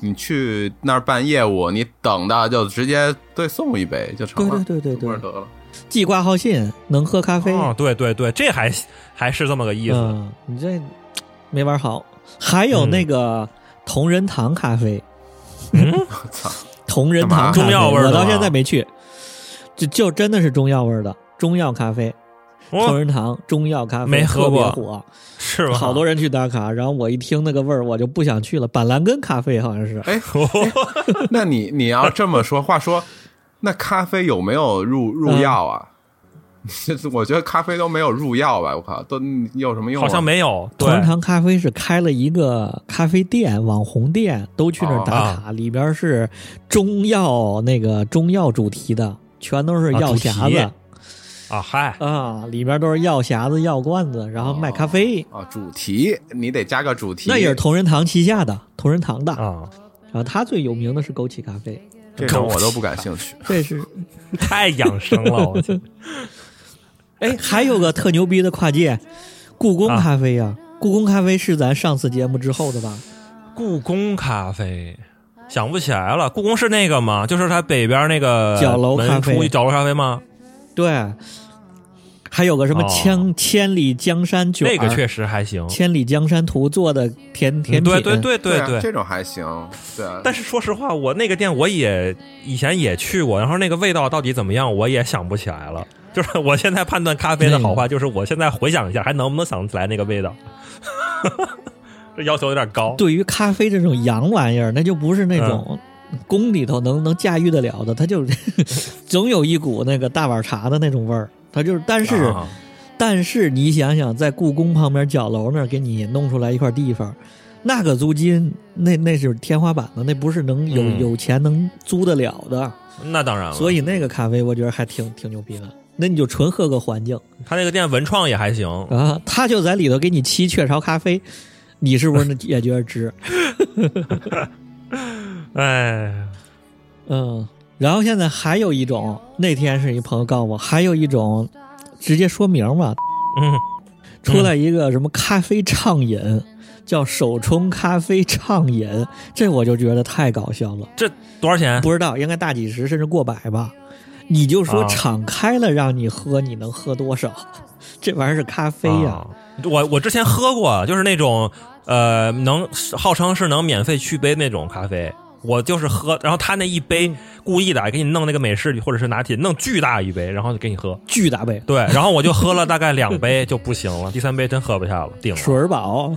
F: 你去那儿办业务，你等到就直接对送一杯就成了，
D: 对对对对对
F: 不是得了。
D: 寄挂号信能喝咖啡，
E: 哦，对对对，这还还是这么个意思。
D: 嗯，你这没玩好。还有那
E: 嗯
D: 个同仁堂咖啡，
F: 我操，
D: 同仁堂咖啡
E: 干嘛中药味儿的
D: 我
E: 吗
D: 到现在没去，就就真的是中药味儿的中药咖啡，同
E: 哦，
D: 仁堂中药咖啡
E: 没喝过
D: 特别火，
E: 是吧？
D: 好多人去打卡。然后我一听那个味儿，我就不想去了。板蓝根咖啡好像是，
F: 哎， 那你你要这么说，话说，那咖啡有没有入入药啊？ 我觉得咖啡都没有入药吧，我靠，都有什么用、啊？
E: 好像没有。对
D: 同仁堂咖啡是开了一个咖啡店，网红店都去那
E: 哦
D: 儿打
E: 啊
D: 卡，里边是中药那个中药主题的，全都是药
E: 啊
D: 匣
E: 主
D: 子
E: 题啊，嗨，
D: 啊里边都是药匣子、药罐子，
E: 哦
D: 然后卖咖啡，
F: 啊，主题你得加个主题，
D: 那也是同仁堂旗下的同仁堂的。
E: 啊，
D: 然后它最有名的是枸杞咖 啡，
F: 这种我都不感兴趣。
D: 这是
E: 太养生了，我去
D: 哎，还有个特牛逼的跨界，故宫咖啡呀、
E: 啊
D: 故宫咖啡是咱上次节目之后的吧？
E: 故宫咖啡。想不起来了，故宫是那个吗？就是它北边那个
D: 角楼咖啡
E: 门出去角楼咖啡吗？
D: 对，还有个什么
E: 哦
D: 千、千里江山啊卷儿，
E: 那个确实还行，
D: 《千里江山图》做的甜甜品，
E: 哦对对对对
F: 啊这种还行，对啊。
E: 但是说实话，我那个店我也以前也去过，然后那个味道到底怎么样，我也想不起来了。就是 我现在判断咖啡的好
D: 嗯
E: 坏，就是我现在回想一下，还能不能想起来那个味道？ 这要求有点高。
D: 对于咖啡这种洋玩意儿，那就不是那种
E: 嗯
D: 宫里头能能驾驭得了的，它 就总有一股那个大碗茶的那种味儿。它就是，但是、
E: 啊
D: 但是你想想，在故宫旁边角楼那儿给你弄出来一块地方，那个租金那那是天花板的，那不是能有、
E: 嗯
D: 有钱能租得了的。
E: 那当然了。
D: 所以那个咖啡，我觉得还挺挺牛逼的。那你就纯喝个环境。
E: 他那个店文创也还行，
D: 啊，他就在里头给你沏雀巢咖啡，你是不是也觉得值？
E: 哎，
D: 嗯，然后现在还有一种，那天是一朋友告诉我，还有一种直接说明吧，
E: 嗯，
D: 出来一个什么咖啡畅饮，叫手冲咖啡畅饮，这我就觉得太搞笑 了，
E: 这多少钱？
D: 不知道应该大几十甚至过百吧。你就说
E: 啊
D: 敞开了让你喝，你能喝多少？ 这玩意儿是咖啡呀、
E: 啊我我之前喝过，就是那种呃，能号称是能免费续杯那种咖啡。我就是喝，然后他那一
D: 嗯
E: 杯故意的给你弄那个美式或者是拿铁，弄巨大一杯，然后就给你喝。
D: 巨大杯，
E: 对，然后我就喝了大概两 杯就不行了，第三杯真喝不下了，顶
D: 水
E: 了
D: 儿饱。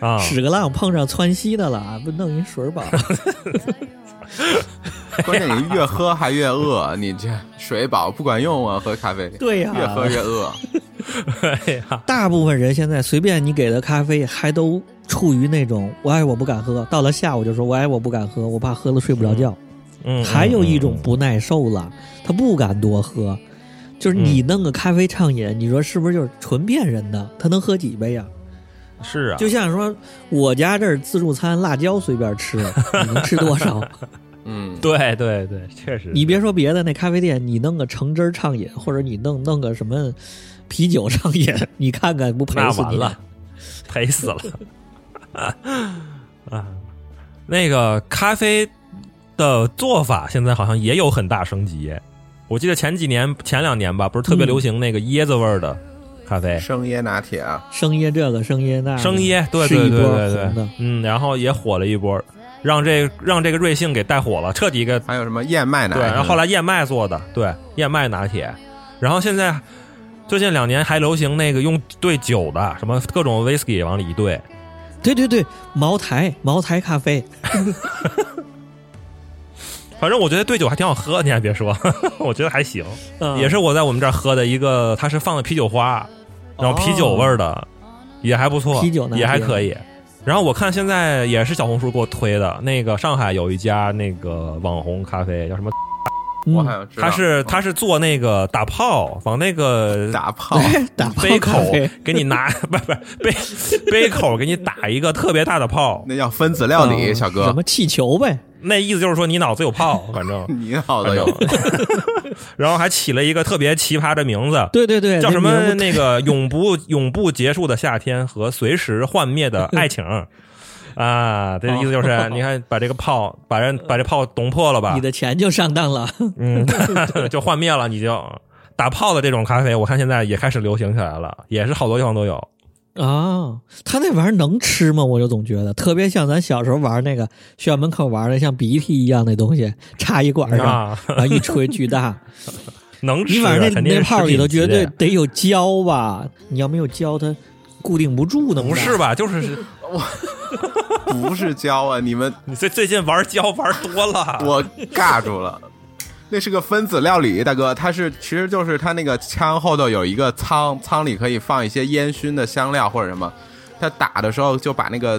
E: 啊！
D: 屎个浪碰上窜稀的了，不弄一水 儿饱。
F: 关键你越喝还越饿，你这水饱不管用啊，喝咖啡。
D: 对呀、
F: 越喝越 饿，
E: 哎呀，
D: 大部分人现在随便你给的咖啡还都处于那种我哎我不敢喝，到了下午就说我哎我不敢喝，我怕喝了睡不着觉。
E: 嗯，
D: 还有一种
E: 嗯
D: 不耐受了，他不敢多喝，就是你弄个咖啡畅饮，你说是不是就是纯骗人的？他能喝几杯呀、
E: 嗯是啊，
D: 就像说我家这儿自助餐辣椒随便吃，你能吃多少？
F: 嗯，
E: 对对对，确实。
D: 你别说别的，那咖啡店你弄个橙汁儿畅饮，或者你弄弄个什么啤酒畅饮，你看看不赔
E: 那
D: 死
E: 完
D: 你
E: 了？，赔死了 啊！那个咖啡的做法现在好像也有很大升级。我记得前几年、前两年吧，不是特别
D: 嗯
E: 流行那个椰子味儿的咖啡，
F: 生椰拿铁啊，
D: 生椰这个，生椰那个，
E: 生椰，对
D: 嗯是
E: 对
D: 一
E: 对
D: 波
E: 对
D: 红
E: 对
D: 的，，
E: 嗯，然后也火了一波，让这让这个瑞幸给带火了，彻底给
F: 还有什么燕麦拿
E: 对，
F: 铁？
E: 然后后来燕麦做的，对，燕麦拿铁。然后现在最近两年还流行那个用兑酒的，什么各种 whisky 往里一兑，
D: 对对对，茅台茅台咖啡，
E: 反正我觉得兑酒还挺好喝，你还别说， 我觉得还行，
D: 嗯
E: 也是我在我们这儿喝的一个，它是放的啤酒花，然后啤酒味儿的，也还不错，
D: 哦啤酒拿铁
E: 也还可以。然后我看现在也是小红书给我推的，那个上海有一家那个网红咖啡叫什么？
F: 我
D: 嗯
F: 好像知道
E: 他是
F: 嗯
E: 他是做那个打泡，往那个
F: 打泡，
D: 打泡
E: 杯
D: 咖
E: 口
D: 啡，
E: 给你拿， 不不杯杯口给你打一个特别大的泡，
F: 那叫分子料理，
D: 嗯
F: 小哥
D: 什么，气球呗，
E: 那意思就是说你脑子有泡，反正，
F: 你好的有
D: 哎
E: 然后还起了一个特别奇葩的名字，
D: 对对对，
E: 叫什
D: 哎那
E: 么？
D: 名字
E: 那个永不永不结束的夏天和随时幻灭的爱 情啊，这意思就是，你看把这个泡，把人把这泡捅破了吧
D: 哦你，的钱就上当了，
E: 嗯，就幻灭了，你就打泡的这种咖啡，我看现在也开始流行起来了，也是好多地方都有。
D: 啊，他那玩意儿能吃吗？我就总觉得特别像咱小时候玩那个学校门口玩的像鼻涕一样那东西，插一管上，
E: 啊
D: 然后一吹巨 大。
E: 能吃
D: 你
E: 啊，
D: 反正那
E: 肯定
D: 那
E: 是
D: 泡
E: 食
D: 里
E: 品
D: 头
E: 级
D: 绝
E: 的
D: 对得有胶吧？你要没有胶，它固定不住呢。
E: 不是？吧？就是
F: 不是胶啊，你们
E: 你最最近玩胶玩多 了，
F: 我尬住了。那是个分子料理，大哥，它是其实就是它那个枪后头有一个仓，仓里可以放一些烟熏的香料或者什么，它打的时候就把那个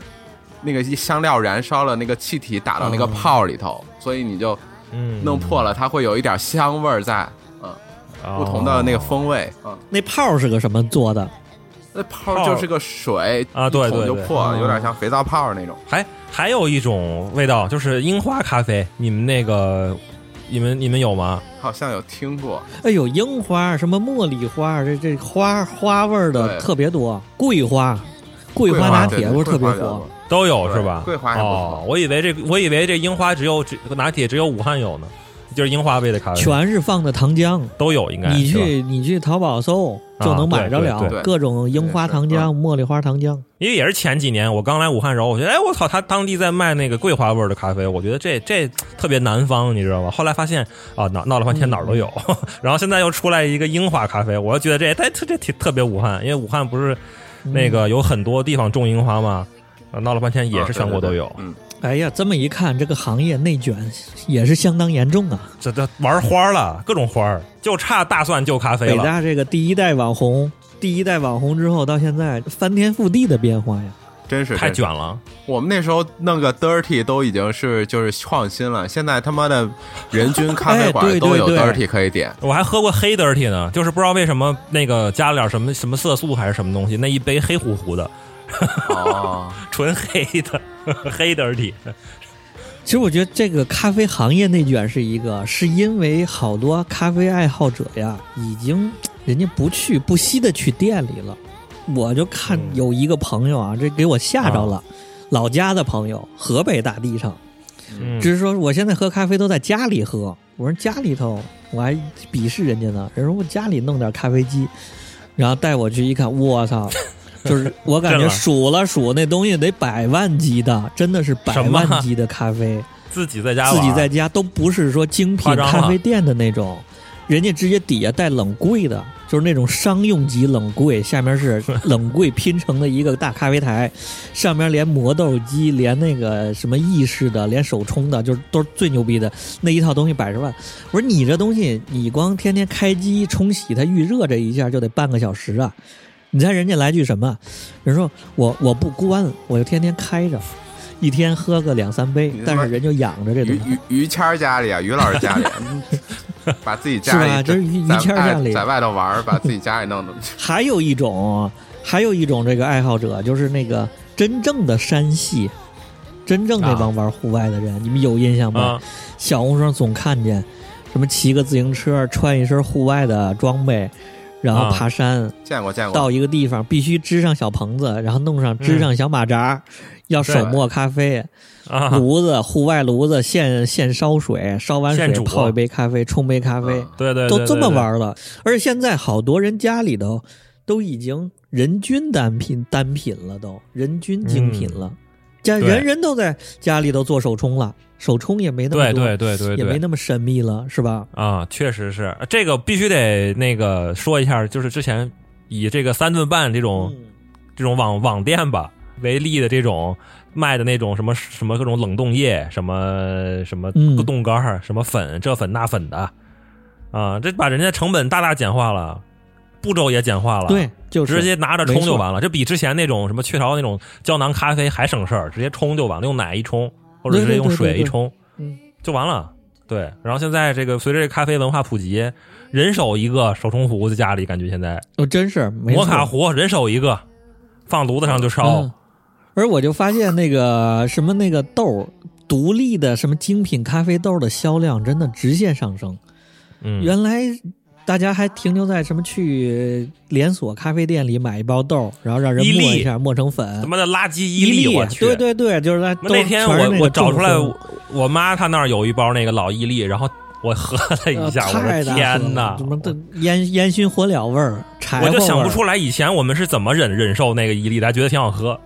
F: 那个香料燃烧了，那个气体打到那个泡里头，所以你就
E: 哦嗯
F: 弄破了，它会有一点香味儿在，嗯，
E: 哦
F: 不同的那个风味，嗯，
D: 那泡是个什么做的？
F: 那泡就是个水
E: 啊对
F: 一桶
E: 对
F: 就
E: 对
F: 破，
D: 嗯
F: 有点像肥皂泡那种。
E: 还还有一种味道，就是樱花咖啡。你们那个，你们你们有吗？
F: 好像有听过，
D: 哎呦，樱花什么茉莉花，这这花花味儿的
F: 对
D: 特别多，桂花。桂
F: 桂
D: 花
F: 花
D: 拿
F: 对
D: 铁
F: 对
D: 不是特别
F: 桂花嗯比较
D: 火
F: 多，
E: 都有
F: 对
E: 是吧？
F: 桂花也不
E: 哦
F: 错，
E: 我以为这我以为这樱花只有只拿铁只有武汉有呢，就是樱花味的咖啡
D: 全是放的糖浆。
E: 都有应该。
D: 你
E: 哎是吧
D: 去你去淘宝搜
E: 啊
D: 就能买着
E: 对对
D: 了，
F: 对
D: 各种樱花糖浆、茉莉花糖浆。
E: 因为也是前几年我刚来武汉的时候，我觉得哎我操，他当地在卖那个桂花味儿的咖啡，我觉得这这特别南方，你知道吗？后来发现啊闹闹了半天哪儿都有， 然后现在又出来一个樱花咖啡，我就觉得这哎这这挺特别武汉，因为武汉不是
D: 嗯
E: 那个有很多地方种樱花嘛，啊闹了半天也是
F: 啊
E: 全国都有，
F: 对对对嗯，
D: 哎呀，这么一看，这个行业内卷也是相当严重啊！
E: 这这玩花了，各种花儿，就差大蒜就咖啡
D: 北
E: 了。
D: 大这个第一代网红，第一代网红之后到现在翻天覆地的变化呀！
F: 真是
E: 太
F: 真是
E: 卷了，
F: 我们那时候弄个 dirty 都已经是就是创新了，现在他妈的人均咖啡
D: 哎
F: 馆
D: 对
F: 都有
D: 对对
F: dirty 可以点，
E: 我还喝过黑 dirty 呢，就是不知道为什么那个加了点什么什么色素还是什么东西，那一杯黑乎乎的，
F: 哦，
E: 纯黑的 黑 dirty。
D: 其实我觉得这个咖啡行业内卷是一个，是因为好多咖啡爱好者呀，已经人家不去不惜的去店里了。我就看
E: 嗯啊
D: 有一个朋友啊，这给我吓着了，老家的朋友，河北大地上，
E: 嗯
D: 只是说我现在喝咖啡都在家里喝。我说家里头，我还鄙视人家呢。人说我家里弄点咖啡机，然后带我去一看，我 操！就是我感
E: 震
D: 觉
E: 了
D: 数了数，那东西得百万级的，真的是百
E: 什么
D: 万级的咖啡。
E: 自己在家
D: 自
E: 玩
D: 己在家都不是说精品
E: 夸张了
D: 咖啡店的那种，人家直接底下带冷柜的，就是那种商用级冷柜，下面 是冷柜拼成的一个大咖啡台，上面连磨豆机、连那个什么意式的、连手冲的，就是都是最牛逼的那一套东西百十万。我说你这东西，你光天天开机冲洗它预热这一下就得半个小时啊！你猜人家来句什么？人说我我不关，我就天天开着。一天喝个两三杯
F: 你，他
D: 但
F: 妈
D: 是人就养着这东
F: 于
D: 西。
F: 于于谦儿家里啊， 于老师家里，把自己家
D: 是吧
F: 里
D: 这是于于谦儿家里
F: 在在外头玩儿，把自己家里弄得
D: 还有一种，还有一种这个爱好者，就是那个真正的山系，真正那帮玩户外的人，你们有印象吗？
E: 啊，
D: 小红书上总看见什么骑个自行车，穿一身户外的装备，然后
E: 啊
D: 爬山，
F: 见过见过
D: 到，一个地方必须支上小棚子，然后弄上支上小马扎，要手磨咖啡，
E: 啊
D: 炉子户外炉子现现烧水，烧完
E: 现
D: 水
E: 煮
D: 泡一杯咖啡，冲杯咖啡，
F: 嗯
E: 对对，对
D: 都这么，
E: 对对
D: 玩了。而且现在好多人家里头都已经人均单品单品了都，人均精品了，家
E: 嗯对
D: 人人都在家里头做手冲了，手冲也没那么
E: 对
D: 多，
E: 对对对
D: 也没
E: 对。
D: 那么神秘了，是吧？
E: 啊，确实是这个必须得那个说一下，就是之前以这个三顿半这种、
D: 嗯
E: 这种网网店吧为例的这种卖的那种什么什么各种冷冻液，什么什么
D: 嗯
E: 冻干儿，什么粉这粉那粉的啊，这把人家成本大大简化了，步骤也简化了，
D: 对，就是
E: 直接拿着冲
D: 没
E: 就
D: 错
E: 完了，这比之前那种什么雀巢那种胶囊咖啡还省事儿，直接冲就完了，用奶一冲，或者直接用
D: 对对对对
E: 水
D: 对
E: 一冲，
D: 嗯
E: 就完了。对，然后现在这个随着这咖啡文化普及，人手一个手冲壶在家里，感觉现在
D: 哦，真是没错。
E: 摩卡壶人手一个，放炉子上就烧。
D: 嗯而我就发现那个什么那个豆儿，独立的什么精品咖啡豆的销量真的直线上升。
E: 嗯，
D: 原来大家还停留在什么去连锁咖啡店里买一包豆儿，然后让人
E: 伊利
D: 磨一下，磨成
E: 他
D: 粉。
E: 妈的垃圾
D: 伊啊
E: 伊利，我去。
D: 对对对，就是那
E: 那天
D: 都全是
E: 我
D: 那个
E: 我找出来
D: 重
E: 我，我妈她那儿有一包那个老伊利，然后我喝了
D: 呃
E: 一下，我
D: 太
E: 说
D: 大
E: 天
D: 哪
E: 哪，！
D: 什么的烟烟熏火燎味儿，柴火
E: 我就想
D: 味
E: 不
D: 儿
E: 出来以前我们是怎么忍忍受那个伊利的，还觉得挺好喝，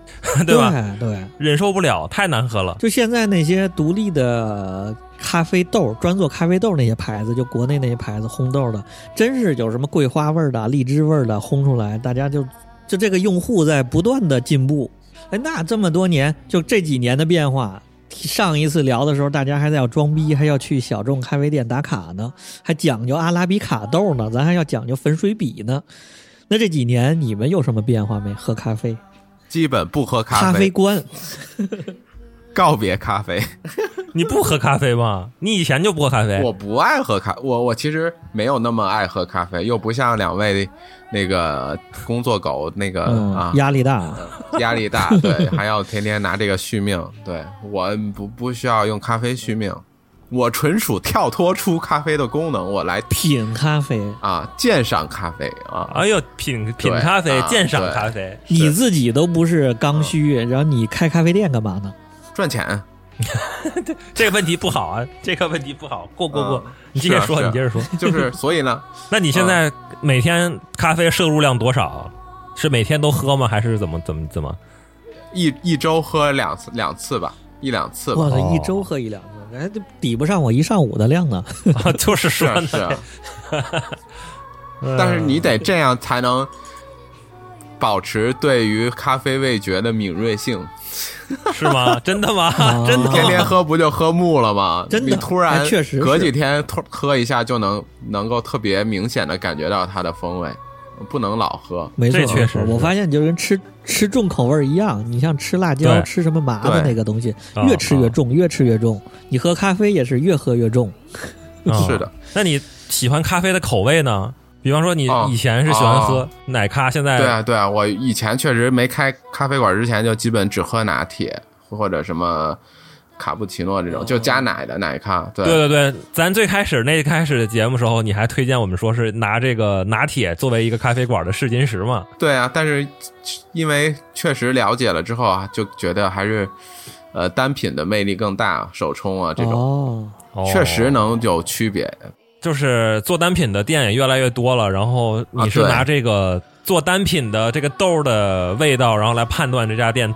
E: 对吧？
D: 对对
E: 忍受不了，太难喝了。
D: 就现在那些独立的咖啡豆，专做咖啡豆那些牌子，就国内那些牌子烘豆的，真是有什么桂花味儿的、荔枝味儿的烘出来，大家就就这个用户在不断的进步。哎，那这么多年，就这几年的变化。上一次聊的时候，大家还在要装逼，还要去小众咖啡店打卡呢，还讲究阿拉比卡豆呢，咱还要讲究粉水比呢。那这几年你们有什么变化没？喝咖啡，
F: 基本不喝
D: 咖
F: 咖
D: 啡
F: 啡，
D: 观，
F: 告别咖啡。
E: 你不喝咖啡吗？你以前就不喝咖啡？
F: 我不爱喝咖，我我其实没有那么爱喝咖啡，又不像两位那个工作狗那个、
D: 嗯
F: 啊，
D: 压力大，
F: 压力大，对，还要天天拿这个续命。对我不不需要用咖啡续命，我纯属跳脱出咖啡的功能，我来
D: 品咖啡，
F: 啊鉴赏咖啡啊。
E: 哎呦，品品
F: 对
E: 咖啡，
F: 啊
E: 鉴赏
F: 对
E: 咖啡，
D: 你自己都不是刚需，
E: 啊
D: 然后你开咖啡店干嘛呢？
F: 赚钱，
E: 这个问题不好啊，这个问题不好，过过过
F: 嗯，
E: 你接着
F: 是啊
E: 说，
F: 是啊
E: 你接着说。
F: 就是所以呢，
E: 那你现
F: 嗯
E: 在每天咖啡摄入量多少？是每天都喝吗？还是怎么怎么怎么？
F: 一一周喝两次两次吧，一两次吧
D: 我。操，
E: 哦
D: 一周喝一两次，哎，这抵不上我一上午的量呢。
E: 啊就是
F: 是
E: 说
F: 啊
E: 呢，
F: 是啊，
E: 嗯
F: 但是你得这样才能保持对于咖啡味觉的敏锐性。
E: 是吗？真的 吗
D: 啊？
E: 真的
F: 天天
E: 吗？
F: 喝不就喝木了吗？
D: 真的
F: 你突然
D: 哎确实是
F: 隔几天突喝一下就能能够特别明显的感觉到它的风味，不能老喝。
D: 没错，
E: 这确实
D: 没错我
E: 是
D: 发现就跟吃吃重口味儿一样，你像吃辣椒、
E: 对
D: 吃什么麻的
F: 对
D: 那个东西
E: 啊，
D: 越吃越重，越吃越重。你喝咖啡也是越喝越重。
E: 啊
F: 是的，
E: 那你喜欢咖啡的口味呢？比方说，你
F: 哦
E: 以前是喜欢喝奶咖，现
D: 哎
E: 在
F: 对啊，对啊，我以前确实没开咖啡馆之前，就基本只喝拿铁或者什么卡布奇诺这
D: 哦
F: 种，就加奶的奶咖。对啊
E: 对对对，咱最开始那开始的节目时候，你还推荐我们说是拿这个拿铁作为一个咖啡馆的试金石嘛？
F: 对啊，但是因为确实了解了之后啊，就觉得还是呃单品的魅力更大，手冲啊这种、
D: 哦，
E: 哦
F: 确实，能有区别。
E: 就是做单品的店也越来越多了，然后你是
F: 啊对
E: 拿这个做单品的这个豆儿的味道，然后来判断这家店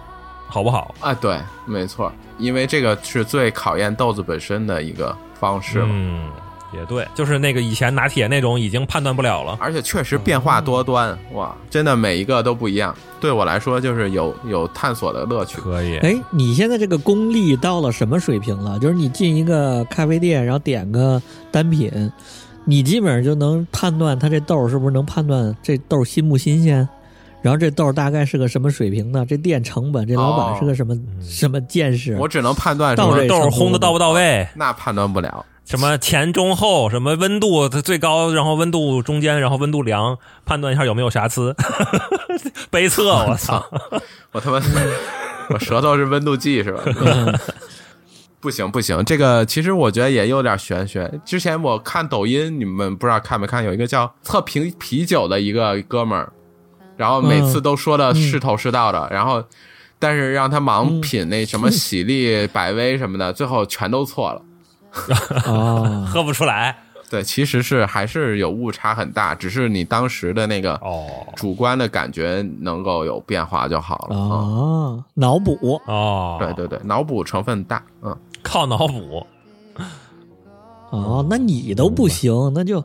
E: 好不好。
F: 啊，对，没错，因为这个是最考验豆子本身的一个方式嘛，
E: 嗯，也对，就是那个以前拿铁那种已经判断不了了。
F: 而且确实变化多端，哇，真的每一个都不一样。对我来说，就是有有探索的乐趣。
E: 可以，
D: 哎，你现在这个功力到了什么水平了？就是你进一个咖啡店，然后点个单品，你基本上就能判断它这豆儿是不是能判断这豆儿新不新鲜，然后这豆儿大概是个什么水平的，这店成本，这老板是个什么、什么见识？
F: 我只能判断
D: 到
F: 说
D: 这
E: 豆儿烘的到不到位？
F: 那判断不了。
E: 什么前中后，什么温度最高，然后温度中间，然后温度量，
F: 啊
E: 判断一下有没有瑕疵，杯测，我操，
F: 我他妈我舌头是温度计是吧？ 不行不行，这个其实我觉得也有点玄学。之前我看抖音，你们不知道看没看？有一个叫测评啤酒的一个哥们儿，然后每次都说的是头是道的，然后但是让他盲品那什么喜力、百威什么的，最后全都错了。
D: 哦，
E: 喝不出来
F: 对，其实是还是有误差很大，只是你当时的那个
E: 哦
F: 主观的感觉能够有变化就好了。嗯，
D: 哦，脑补，
E: 哦，
F: 对，对对，脑补成分大，嗯。
E: 靠脑补，
D: 哦，那
E: 嗯
D: 你都不行，那就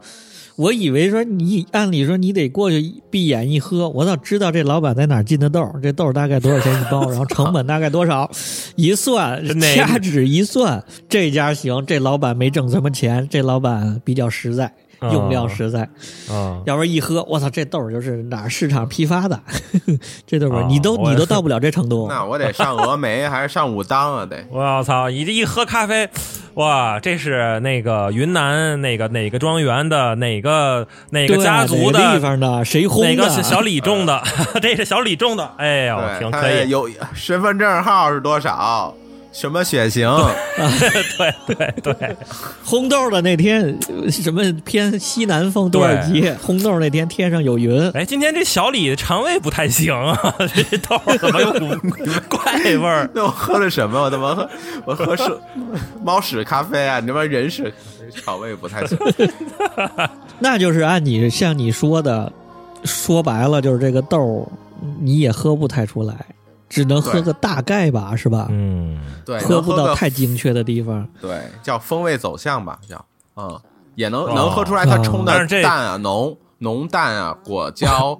D: 我以为说你按理说你得过去闭眼一喝，我倒知道这老板在哪儿进的豆儿，这豆儿大概多少钱一包，然后成本大概多少，一算
E: 真的
D: 掐指一算，这家行，这老板没挣什么钱，这老板比较实在，用料实在，
E: 嗯，
D: 要不然一喝，我操，这豆儿就是哪儿市场批发的， 这豆儿
E: 啊
D: 你都
E: 我
D: 你都到不了这程
E: 哦
D: 度，
F: 那我得上峨眉还是上武当 啊？得
E: 我操！一一喝咖啡，哇，这是那个云南那个哪个庄园的哪个哪个
D: 对啊
E: 家
D: 哪
E: 族
D: 个地
E: 的
D: 方的谁轰的，
E: 哪个 是小李种的， 这是小李种的。哎呦，
F: 对，
E: 挺
F: 他
E: 可以，
F: 有身份证号是多少？什么血型？
E: 对对对，
D: 烘豆的那天，呃什么偏西南风多少级？烘豆那天天上有云，
E: 哎，今天这小李肠胃不太行啊，这豆儿怎么有股怪味儿？
F: 那我喝了什么？我他妈喝我喝是猫屎咖啡啊！你他妈人屎咖啡，肠胃不太行。
D: 那就是按你像你说的，说白了就是这个豆儿你也喝不太出来，只能喝
F: 对
D: 个大概吧，是吧？
E: 嗯，
F: 对，
D: 喝
F: 能
D: 不
F: 个
D: 到太精确的地方。
F: 对，叫风味走向吧，叫嗯，也能
E: 哦
F: 能喝出来它冲
E: 但
F: 的
E: 是这
F: 淡啊、浓浓淡啊、果胶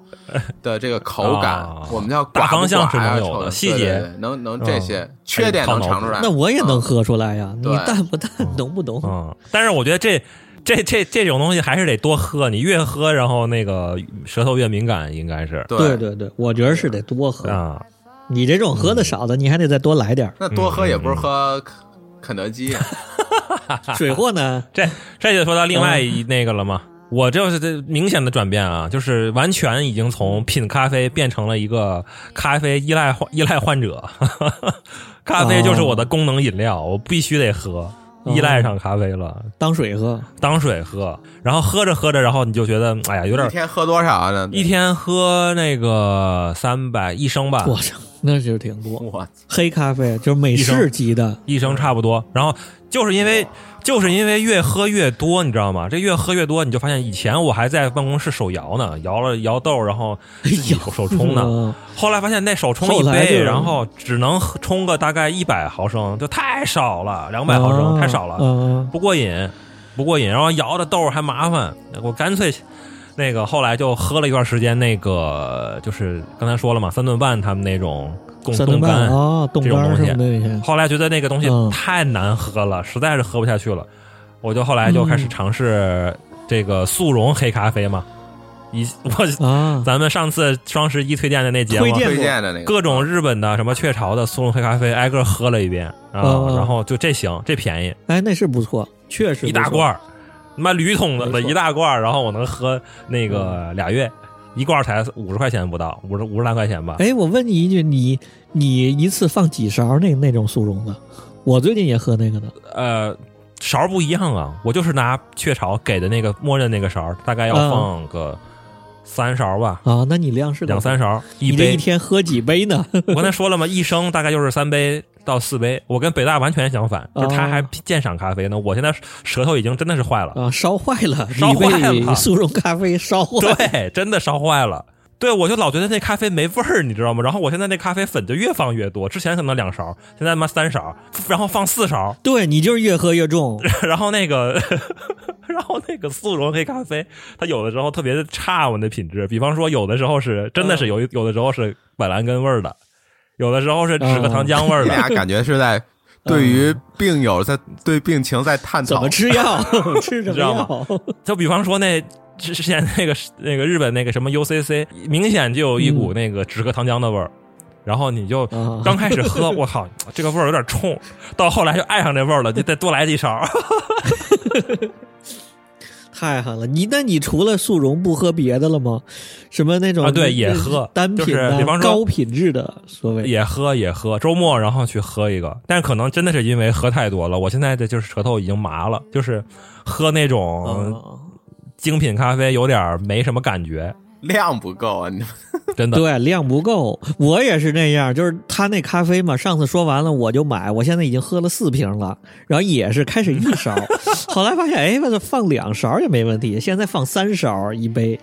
F: 的这个口感
E: 哦，
F: 我们叫
E: 大
F: 寡不
E: 方向是
F: 寡呀
E: 能有
F: 瞅
E: 的
F: 着
E: 细
F: 对对
E: 节
F: 对能能
E: 嗯
F: 这些缺点
E: 靠
F: 能
E: 脑
F: 尝出
E: 子
F: 来。嗯
D: 那我也能喝出来呀，你
F: 对
D: 淡不淡，浓不浓？
E: 嗯，但是我觉得这这这这种东西还是得多喝，你越喝，然后那个舌头越敏感，应该是
D: 对
F: 对。
D: 对对，我觉得是得多喝。
E: 啊，
D: 你这种喝的少的，你还得再多来点儿
F: 那多喝也不是喝
E: 嗯
F: 肯肯德基，啊
D: 水货呢？
E: 这这就说到另外
F: 嗯
E: 一那个了嘛。我就是这明显的转变啊，就是完全已经从品咖啡变成了一个咖啡依赖患依赖患者。 咖啡就是
F: 哦
E: 我的功能饮料，我必须得喝，依赖上咖啡了，
D: 当水喝，
E: 当水喝。然后喝着喝着，然后你就觉得哎呀， 有
F: 一
E: 点
F: 天喝多少啊呢？
E: 一天喝那个三百一升吧，
D: 我操，那就挺多。
F: 我
D: 黑咖啡就是美式级的，
E: 嗯一升差不多。然后就是因为就是因为越喝越多，你知道吗？这越喝越多，你就发现以前我还在办公室手摇呢，摇了摇豆，然后自己手手 冲呢。
D: 嗯
E: 后来发现那手冲
D: 哎后
E: 一
D: 来就
E: 杯，
D: 是
E: 然后只能喝冲个大概一百毫升，就太少了，两百毫升
D: 啊
E: 太少了，
D: 嗯，
E: 不过瘾，不过瘾。然后摇的豆还麻烦，我干脆。那个后来就喝了一段时间，那个就是刚才说了嘛，三顿半他们那种冻
D: 三顿
E: 冻
D: 半
E: 干
D: 啊，冻
E: 这种
D: 干
E: 东
D: 什
E: 西
D: 么的那些，
E: 后来觉得那个东西
D: 嗯
E: 太难喝了，实在是喝不下去了，我就后来就开
D: 嗯
E: 始尝试这个速溶黑咖啡嘛。以 我
D: 啊，
E: 咱们上次双十一推荐的那节目，
D: 推荐
F: 推荐的那个
E: 各种日本的什么雀巢的速溶黑咖啡挨个喝了一遍啊，
D: 嗯
E: 然后就这行，这便宜
D: 哎，那是不错，确实
E: 一大
D: 不错
E: 罐，儿，啊妈铝桶的
D: 没错嗯
E: 一大罐，儿，然后我能喝那个俩月，一罐儿才五十块钱不到，五十五十来块钱吧。
D: 哎，我问你一句，你你一次放几勺那那种速溶的？我最近也喝那个的，
E: 呃，勺儿不一样啊，我就是拿雀巢给的那个默认那个勺儿，大概要放个三勺吧，
D: 啊，那你量嗯是多
E: 两三勺儿一
D: 你这
E: 杯。
D: 一天喝几杯呢？
E: 我刚才说了嘛，一升大概就是三杯到四杯。我跟北大完全相反，就是他还
D: 哦
E: 鉴赏咖啡呢，我现在舌头已经真的是坏了，
D: 啊，烧坏了，
E: 烧
D: 你
E: 坏了
D: 被速溶咖啡烧坏了，
E: 对，真的烧坏了。对，我就老觉得那咖啡没味儿，你知道吗？然后我现在那咖啡粉就越放越多，之前可能两勺，现在他妈三勺，然后放四勺，
D: 对你就是越喝越重，
E: 然后那个，然后那个速溶黑咖啡，它有的时候特别差我们的品质，比方说有的时候是真的是有一、有的时候是板蓝根味儿的，有的时候是止咳糖浆味儿
F: 你
E: 的。嗯
F: 俩感觉是在对于病友在对病情在探
D: 怎
F: 讨
D: 么，吃药？ 吃什么
E: 知道吗
D: 药？
E: 就比方说那之之前那个那个日本那个什么 UCC，明显就有一股那个止咳糖浆的味儿。然后你就
D: 啊
E: 刚开始喝，我靠，这个味儿有点冲，到后来就爱上这味儿了，就再多来几勺。
D: 太狠了！你那你除了速溶不喝别的了吗？什么那种
E: 啊对也喝
D: 单品
E: 就
D: 的、
E: 是比方说
D: 高品质的所谓
E: 也喝也喝，周末然后去喝一个，但是可能真的是因为喝太多了，我现在的就是舌头已经麻了，就是喝那种
D: 啊
E: 精品咖啡有点儿没什么感觉，
F: 量不够啊！你
E: 真的。
D: 对，量不够。我也是那样，就是他那咖啡嘛，上次说完了我就买，我现在已经喝了四瓶了，然后也是开始一 勺，后来发现哎，我这放两勺也没问题，现在放三勺一杯，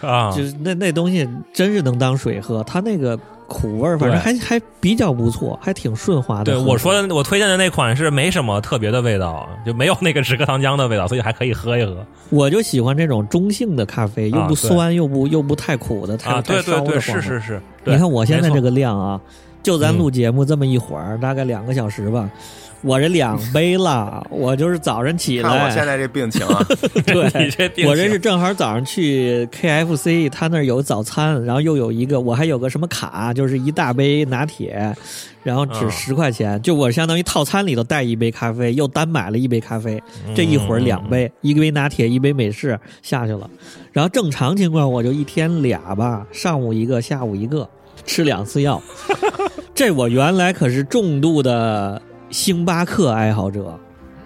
E: 啊，
D: 就是那那东西真是能当水喝，它那个苦味儿反正还还比较不错，还挺顺滑的
E: 对
D: 喝法。
E: 我说的，我推荐的那款是没什么特别的味道，啊就没有那个 止咳糖浆的味道，所以还可以喝 一喝
D: 我就喜欢这种中性的咖啡，又
E: 啊
D: 不
E: 对
D: 酸，又不又不太苦的，太、
E: 啊。对
D: 太烧
E: 对
D: 的
E: 对，
D: 慌
E: 是
D: 了
E: 是是。对
D: 你看我现在
E: 没错嗯
D: 这个量啊，就咱录节目这么一会儿，大概两个小时吧，我这两杯了，我就是早上起
F: 看我
D: 来，
F: 现在这病情 啊，
D: 对，
E: 你这病情
D: 我这是正好早上去 KFC，他那儿有早餐，然后又有一个，我还有个什么卡，就是一大杯拿铁，然后只
E: 嗯
D: 十块钱，就我相当于套餐里头带一杯咖啡，又单买了一杯咖啡，这一会儿两杯，一杯拿铁，一杯美式下去了。然后正常情况我就一天俩吧，上午一个，下午一个，吃两次药。这我原来可是重度的星巴克爱好者。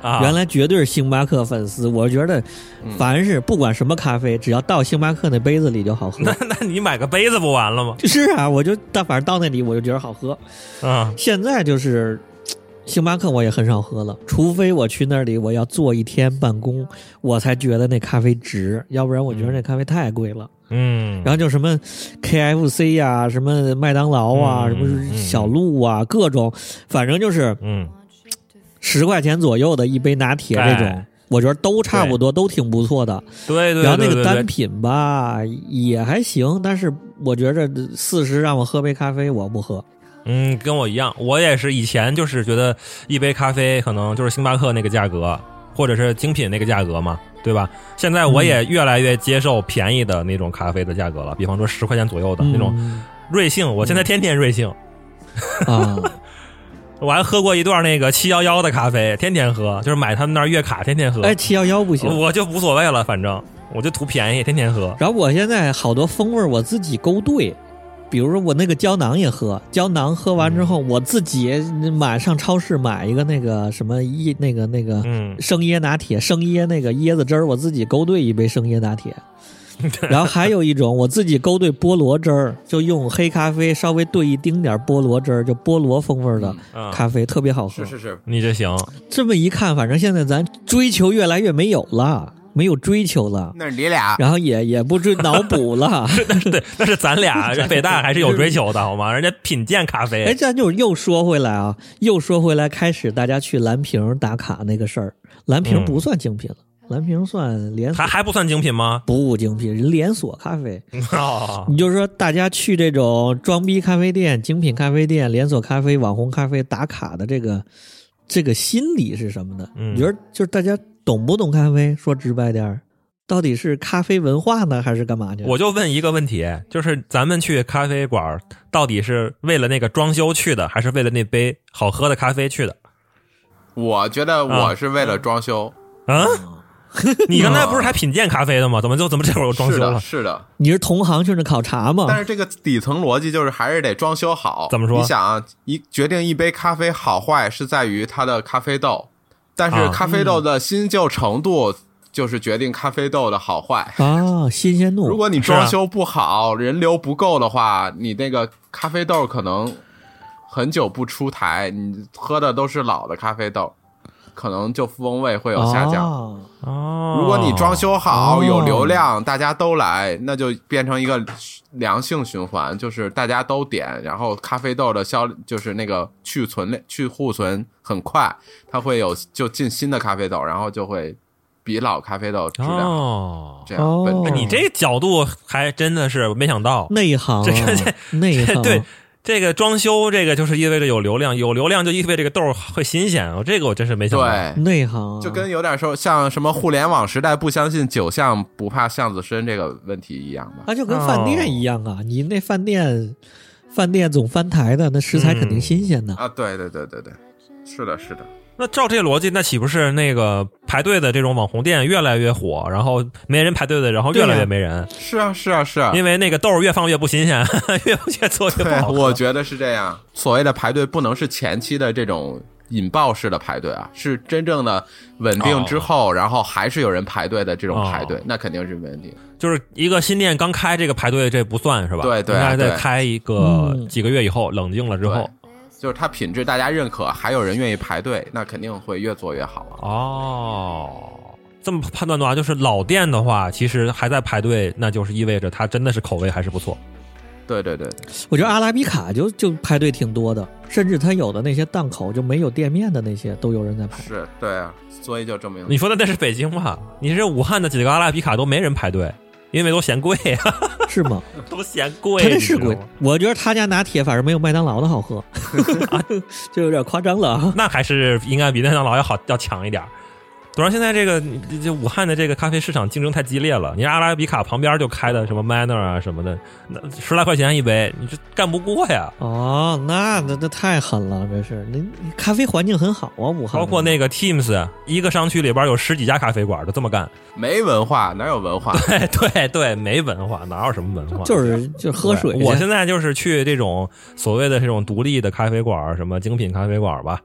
E: 啊，
D: 原来绝对是星巴克粉丝。我觉得，
E: 嗯
D: 凡是不管什么咖啡，只要倒星巴克那杯子里就好喝。
E: 那 那你买个杯子不完了吗？
D: 是啊， 我就但反正到那里我就觉得好喝。
E: 啊，
D: 现在就是。星巴克我也很少喝了，除非我去那里我要坐一天办公，我才觉得那咖啡值，要不然我觉得那咖啡太贵了。
E: 嗯，
D: 然后就什么 KFC 呀、什么麦当劳啊，
E: 嗯
D: 什么小鹿啊，各种，反正就是
E: 嗯，
D: 十块钱左右的一杯拿铁这种，
E: 哎
D: 我觉得都差不多，都挺不错的。
E: 对对
D: 然后
E: 对
D: 那
E: 对
D: 个
E: 对，
D: 单品吧也还行，但是我觉着四十让我喝杯咖啡我不喝，
E: 嗯，跟我一样，我也是以前就是觉得一杯咖啡可能就是星巴克那个价格，或者是精品那个价格嘛，对吧？现在我也越来越接受便宜的那种咖啡的价格了，比方说十块钱左右啊的、那种
D: 嗯
E: 瑞幸，我现在天天瑞幸，
D: 啊，
E: 我还喝过一段那个七幺幺的咖啡，天天喝，就是买他们那儿月卡，天天喝。
D: 哎七幺幺不行。
E: 我就无所谓了，反正我就图便宜，天天喝。
D: 然后我现在好多风味儿我自己勾兑，比如说我那个胶囊也喝，胶囊喝完之后
E: 嗯
D: 我自己买上超市买一个那个什么椰那个那个
E: 嗯
D: 生椰拿铁，生椰那个椰子汁儿我自己勾兑一杯生椰拿铁。 然后还有一种，我自己勾兑菠萝汁儿，就用黑咖啡稍微兑一丁点儿菠萝汁儿，就菠萝风味儿的
E: 嗯
D: 咖啡，特别好喝。
F: 是是是，
E: 你这行，
D: 这么一看，反正现在咱追求越来越没有了，没有追求了，
F: 那是你俩
D: 然后也也不追脑补 了。哎
E: 对，那是咱俩人北大还是有追求的好吗？人家品鉴咖
D: 哎，
E: 啡，
D: 咱就又说回来啊，又说回来，开始大家去蓝瓶打卡那个事儿，蓝瓶
E: 嗯
D: 不算精品了，蓝瓶算连锁
E: 还还不算精品吗？
D: 不精品，连锁咖啡。
F: 啊
E: 哦，
D: 你就是说，大家去这种装逼咖啡店、精品咖啡店、连锁咖啡、网红咖啡打卡的这个这个心理是什么呢？
E: 嗯
D: 你觉得就是大家懂不懂咖啡？说直白点儿，到底是咖啡文化呢，还是干嘛去？
E: 我就问一个问题，就是咱们去咖啡馆儿到底是为了那个装修去的，还是为了那杯好喝的咖啡去的？
F: 我觉得我是为了装修，
E: 啊，你刚才不是还品鉴咖啡的吗？怎么就怎么这会儿又装
F: 嗯是
E: 修
F: 的，
E: 了？
F: 是的。
D: 你是同行去那考察吗？
F: 但是这个底层逻辑就是还是得装修好。
E: 怎么说
F: 你想啊，一决定一杯咖啡好坏是在于它的咖啡豆，但是
E: 啊
F: 咖啡豆的新旧程度就是决定咖啡豆的好坏。
D: 啊，新鲜度。
F: 如果你
E: 是啊
F: 装修不好，人流不够的话，你那个咖啡豆可能很久不出台，你喝的都是老的咖啡豆，可能就风味会有下降。
D: 啊
E: 哦，
F: 如果你装修好、
D: 哦
F: 有流量，大家都来，那就变成一个良性循环，就是大家都点，然后咖啡豆的销就是那个去存量、去库存很快，它会有就进新的咖啡豆，然后就会比老咖啡豆质量、嗯
E: 哦，
F: 这样。
D: 哦
F: 本质
E: 你这角度还真的是没想到。
D: 内行、
E: 这
D: 啊
E: 这 这，
D: 内
F: 嗯
D: 行、
E: 对，这个装修，这个就是意味着有流量，有流量就意味着这个豆儿会新鲜。哦我这个我真是没想到。
F: 对。
D: 内行、啊，
F: 就跟有点说像什么互联网时代不相信酒巷不怕巷子深这个问题一样吧。
D: 啊，就跟饭
F: 哦
D: 店一样啊，你那饭店，
F: 嗯
D: 饭店总翻台的，那食材肯定新鲜的。
F: 啊，对对对对对，是的，是的，
E: 那照这逻辑，那岂不是那个排队的这种网红店越来越火，然后没人排队的，然后越来越没人，
F: 是啊，是啊，是啊，
E: 因为那个豆儿越放越不新鲜， 越越做越不
F: 对，
E: 好。
F: 我觉得是这样。所谓的排队不能是前期的这种引爆式的排队啊，是真正的稳定之后，然后还是有人排队的这种排队，
E: 哦
F: 那肯定是没问题。
E: 就是一个新店刚开，这个排队这不算是吧？
F: 对对
E: 应
F: 啊
E: 该再
F: 对
E: 开一个
D: 嗯
E: 几个月以后，冷静了之后。
F: 就是它品质大家认可，还有人愿意排队，那肯定会越做越好啊。
E: 哦，这么判断的话，就是老店的话，其实还在排队，那就是意味着它真的是口味还是不错。
F: 对对对，
D: 我觉得阿拉比卡就就排队挺多的，甚至他有的那些档口就没有店面的那些都有人在 排。
F: 是，对啊，所以就证明
E: 你说的那是北京吧？你这武汉的几个阿拉比卡都没人排队，因为都嫌贵，啊
D: 是吗？
E: 都嫌
D: 他
E: 贵。
D: 这
E: 你
D: 是
E: 知道
D: 贵
E: 吗，
D: 我觉得他家拿铁反而没有麦当劳的好 喝， 就有点夸张了 啊。
E: 那还是应该比麦当劳要好要强一点儿。主要现在这个这这武汉的这个咖啡市场竞争太激烈了，你阿拉比卡旁边就开的什么 Manner 啊什么的，那十来块钱一杯，你这干不过呀。
D: 哦，那那那太狠了，这是那那咖啡环境很好啊，武汉
E: 包括那个 Teams，一个商区里边有十几家咖啡馆都这么干。
F: 没文化哪有文化？
E: 哎，对对，没文化，哪有什么文化？
D: 就是就是喝水去。
E: 我现在就是去这种所谓的这种独立的咖啡馆儿，什么精品咖啡馆儿吧，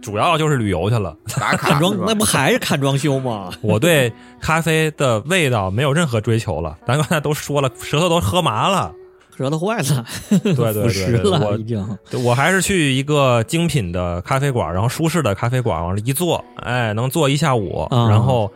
E: 主要就是旅游去了。
F: 打卡
D: 看装
F: 是吧
D: 那不还是看装修吗？
E: 我对咖啡的味道没有任何追求了，咱刚才都说了，舌头都喝麻了。
D: 舌头坏了，
E: 对 对对
D: 腐蚀
E: 对对
D: 了
E: 我
D: 已经。
E: 对我还是去一个精品的咖啡馆，然后舒适的咖啡馆，往这一坐，哎，能坐一下午。
D: 啊
E: 然后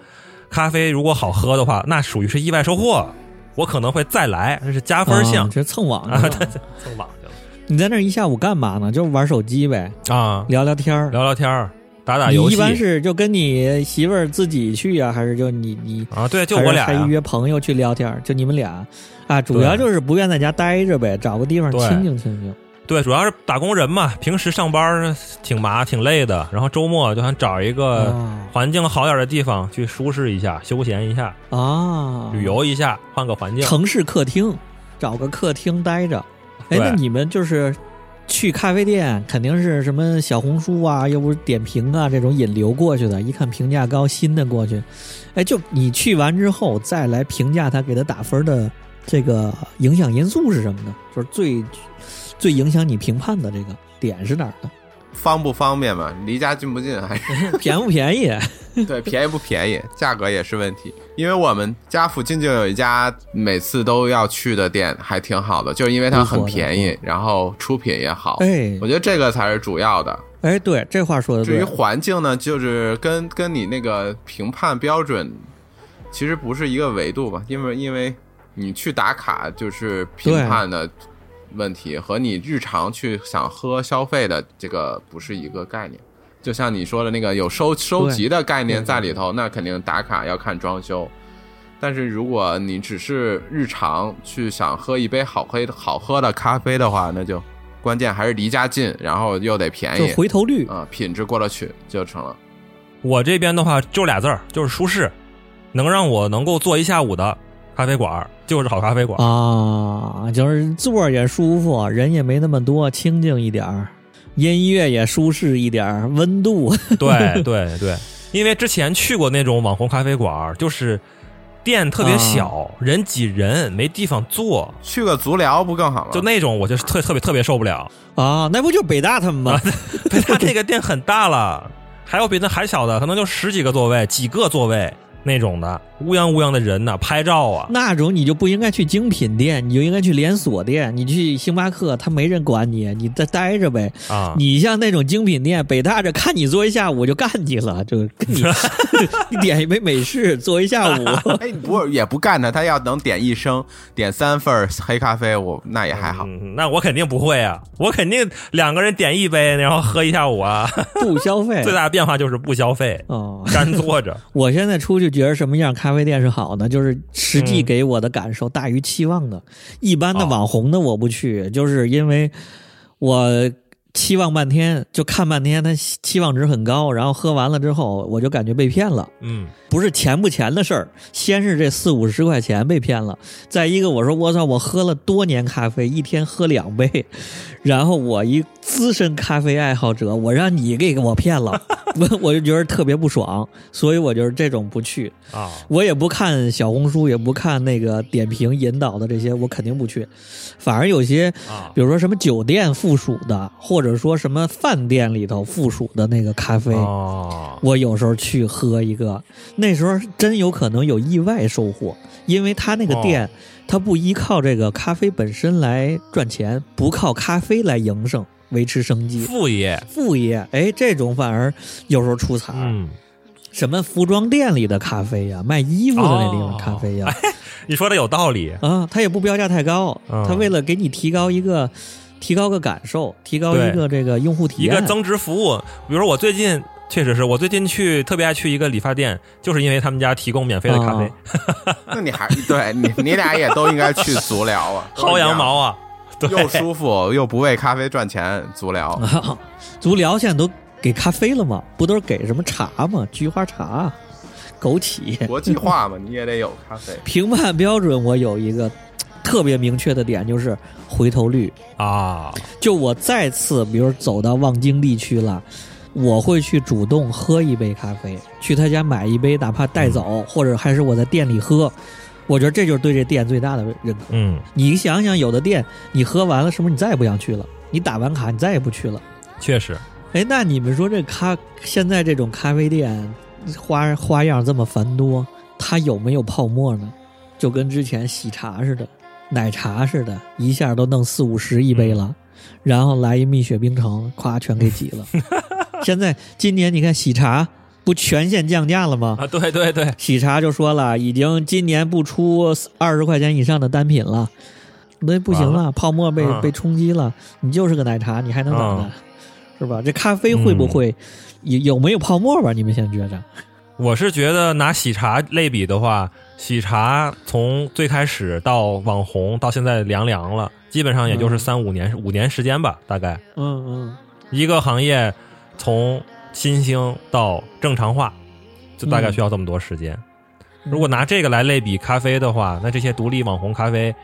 E: 咖啡如果好喝的话，那属于是意外收获，我可能会再来，这是加分项
D: 啊这蹭 网
E: 啊。
D: 去
E: 对
D: 了。
E: 对蹭网去
D: 你在那儿一下午干嘛呢？就是玩手机呗，
E: 了啊，
D: 聊聊天儿。
E: 聊聊天儿，打打
D: 你
E: 游戏。
D: 一般是就跟你媳妇儿自己去呀、还是就你你
E: 啊，对，就我俩
D: 还是
E: 呀
D: 还约朋友去聊天儿？就你们俩啊，主要就是不愿在家待着呗，找个地方
E: 对
D: 清静清静。
E: 对，主要是打工人嘛，平时上班儿挺麻挺累的，然后周末就想找一个
D: 啊
E: 环境好点儿的地方去舒适一下、休闲一下、
D: 啊，
E: 旅游一下，换个环境。
D: 城市客厅，找个客厅待着。哎，
E: 对
D: 那你们就是去咖啡店，肯定是什么小红书啊，又不是点评啊这种引流过去的，一看评价高，新的过去。哎，就你去完之后再来评价它，给它打分的这个影响因素是什么呢？就是最最影响你评判的这个点是哪儿呢？
F: 方不方便嘛？离家近不近？还是
D: 便不便宜？
F: 对便宜不便宜？价格也是问题。因为我们家附近就有一家每次都要去的店，还挺好的，就是因为它很便宜，然后出品也好。
D: 哎
F: 我觉得这个才是主要的。
D: 哎，对，这话说的
F: 至
D: 对
F: 于。环境呢，就是跟跟你那个评判标准其实不是一个维度吧，因为因为你去打卡就是评判的问题，和你日常去想喝消费的这个不是一个概念。就像你说的那个有收收集的概念在里头，那肯定打卡要看装修。但是如果你只是日常去想喝一杯好喝好喝的咖啡的话，那就关键还是离家近，然后又得便
D: 就
F: 宜，
D: 回头率，
F: 啊、品质过得去就成了。
E: 我这边的话就俩字儿，就是舒适，能让我能够坐一下午的咖啡馆儿就是好咖啡
D: 哦
E: 馆儿。
D: 啊，就是座儿也舒服，人也没那么多，清静一点儿，音乐也舒适一点儿，温度
E: 对对对，因为之前去过那种网红咖啡馆儿，就是店特别
D: 啊
E: 小，人挤人，没地方坐，
F: 去个足疗不更好吗？
E: 就那种我就是特特别特别受不了。
D: 啊，那不就北大他们吗？
E: 啊对，他这个店很大了，还有比那还小的，可能就十几个座位、几个座位那种的，乌泱乌泱的人呢、拍照啊，
D: 那种你就不应该去精品店，你就应该去连锁店。你去星巴克，他没人管你，你在待着呗。
E: 啊，
D: 你像那种精品店，北大这看你坐一下午就干你了，就跟 你 你点一杯美式坐一下午。
F: 哎，不也不干他，他要能点一升，点三份儿黑咖啡，我那也还好。
E: 嗯，那我肯定不会啊，我肯定两个人点一杯，然后喝一下午啊，
D: 不消 费
E: 最大的变化就是不消费，
D: 哦，
E: 干坐着。
D: 我现在出去觉得什么样咖啡店是好呢？就是实际给我的感受大于期望的。一般的
E: 哦
D: 网红的我不去，就是因为我期望半天，就看半天，它期望值很高，然后喝完了之后，我就感觉被骗了。
E: 嗯，
D: 不是钱不钱的事儿，先是这四五十块钱被骗了，再一个我说我操，我喝了多年咖啡，一天喝两杯， 然后我一资深咖啡爱好者，我让你给我骗 了，我我就觉得特别不爽，所以我就是这种不去，
E: 啊，
D: 我也不看小红书，也不看那个点评引导的这些，我肯定不去，反而有些
E: 啊
D: 比如说什么酒店附属的，或者说什么饭店里头附属的那个咖啡。
E: 哦，
D: 我有时候去喝一个，那时候真有可能有意外收获，因为他那个
E: 哦
D: 店，他不依靠这个咖啡本身来赚钱，不靠咖啡来营生维持生计，
E: 副业，
D: 副业，哎，这种反而有时候出彩儿。
E: 嗯，
D: 什么服装店里的咖啡呀，卖衣服的那地方
E: 哦
D: 咖啡呀，
E: 你说的有道理，
D: 啊，他也不标价太高，
E: 哦嗯
D: 他为了给你提高一个。提高个感受，提高一
E: 对
D: 个这个用户体
E: 一
D: 验，
E: 个增值服务。比如说我最近确实是我最近去特别爱去一个理发店，就是因为他们家提供免费的咖啡
D: 啊，
F: 那你还对你你俩也都应该去足疗啊，
E: 薅羊毛啊，
F: 都一样，又舒服又不为咖啡赚钱，足疗。
D: 啊， 足疗现在都给咖啡了吗？不都是给什么茶吗？菊花茶、啊枸杞。
F: 国际化嘛，你也得有咖啡。
D: 评判标准我有一个嘖特别明确的点，就是回头率。
E: 啊，
D: 就我再次，比如走到望京地区了。我会去主动喝一杯咖啡，去他家买一杯，哪怕带走，或者还是我在店里喝，我觉得这就是对这店最大的认可。
E: 嗯，
D: 你想想，有的店你喝完了，是不是你再也不想去了？你打完卡，你再也不去了。
E: 确实，
D: 哎，那你们说这咖现在这种咖啡店花花样这么繁多，它有没有泡沫呢？就跟之前喜茶似的，奶茶似的，一下都弄四五十一杯了，然后来一蜜雪冰城，咵全给挤了。现在今年你看喜茶不全线降价了吗？
E: 啊，对对对，
D: 喜茶就说了，已经今年不出二十块钱以上的单品了，那不行
E: 完
D: 了，泡沫被、
E: 嗯
D: 被冲击了，你就是个奶茶，你还能怎么的？
E: 嗯
D: 是吧？这咖啡会不会、有有没有泡沫吧？你们先觉着
E: 我是觉得拿喜茶类比的话，喜茶从最开始到网红到现在凉凉了，基本上也就是
D: 嗯
E: 三五年五年时间吧，大概
D: 嗯嗯，
E: 一个行业从新兴到正常化，就大概需要这么多时间。如果拿这个来类比咖啡的话，那这些独立网红咖啡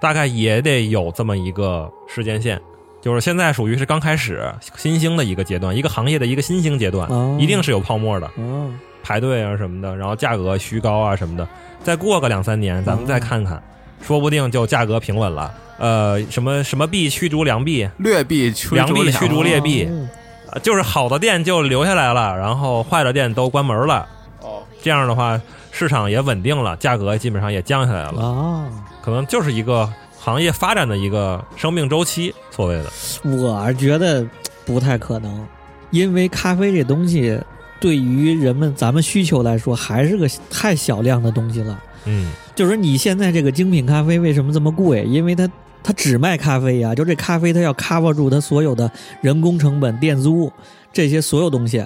E: 大概也得有这么一个时间线，就是现在属于是刚开始新兴的一个阶段，一个行业的一个新兴阶段，
D: 哦
E: 一定是有泡沫的。
D: 哦，
E: 排队啊什么的，然后价格虚高啊什么的，再过个两三年，咱们再看看，说不定就价格平稳了。呃，什么什么币驱逐良币，
F: 劣币驱逐
E: 良币驱逐
F: 良
E: 劣币，呃就是好的店就留下来了，然后坏的店都关门了。
F: 哦，
E: 这样的话，市场也稳定了，价格基本上也降下来了，
D: 哦，
E: 可能就是一个行业发展的一个生命周期，所谓的。
D: 我觉得不太可能，因为咖啡这东西对于人们咱们需求来说还是个太小量的东西了。
E: 嗯，
D: 就是你现在这个精品咖啡为什么这么贵？因为它它只卖咖啡呀、就这咖啡它要 cover 住它所有的人工成本、店租这些所有东西，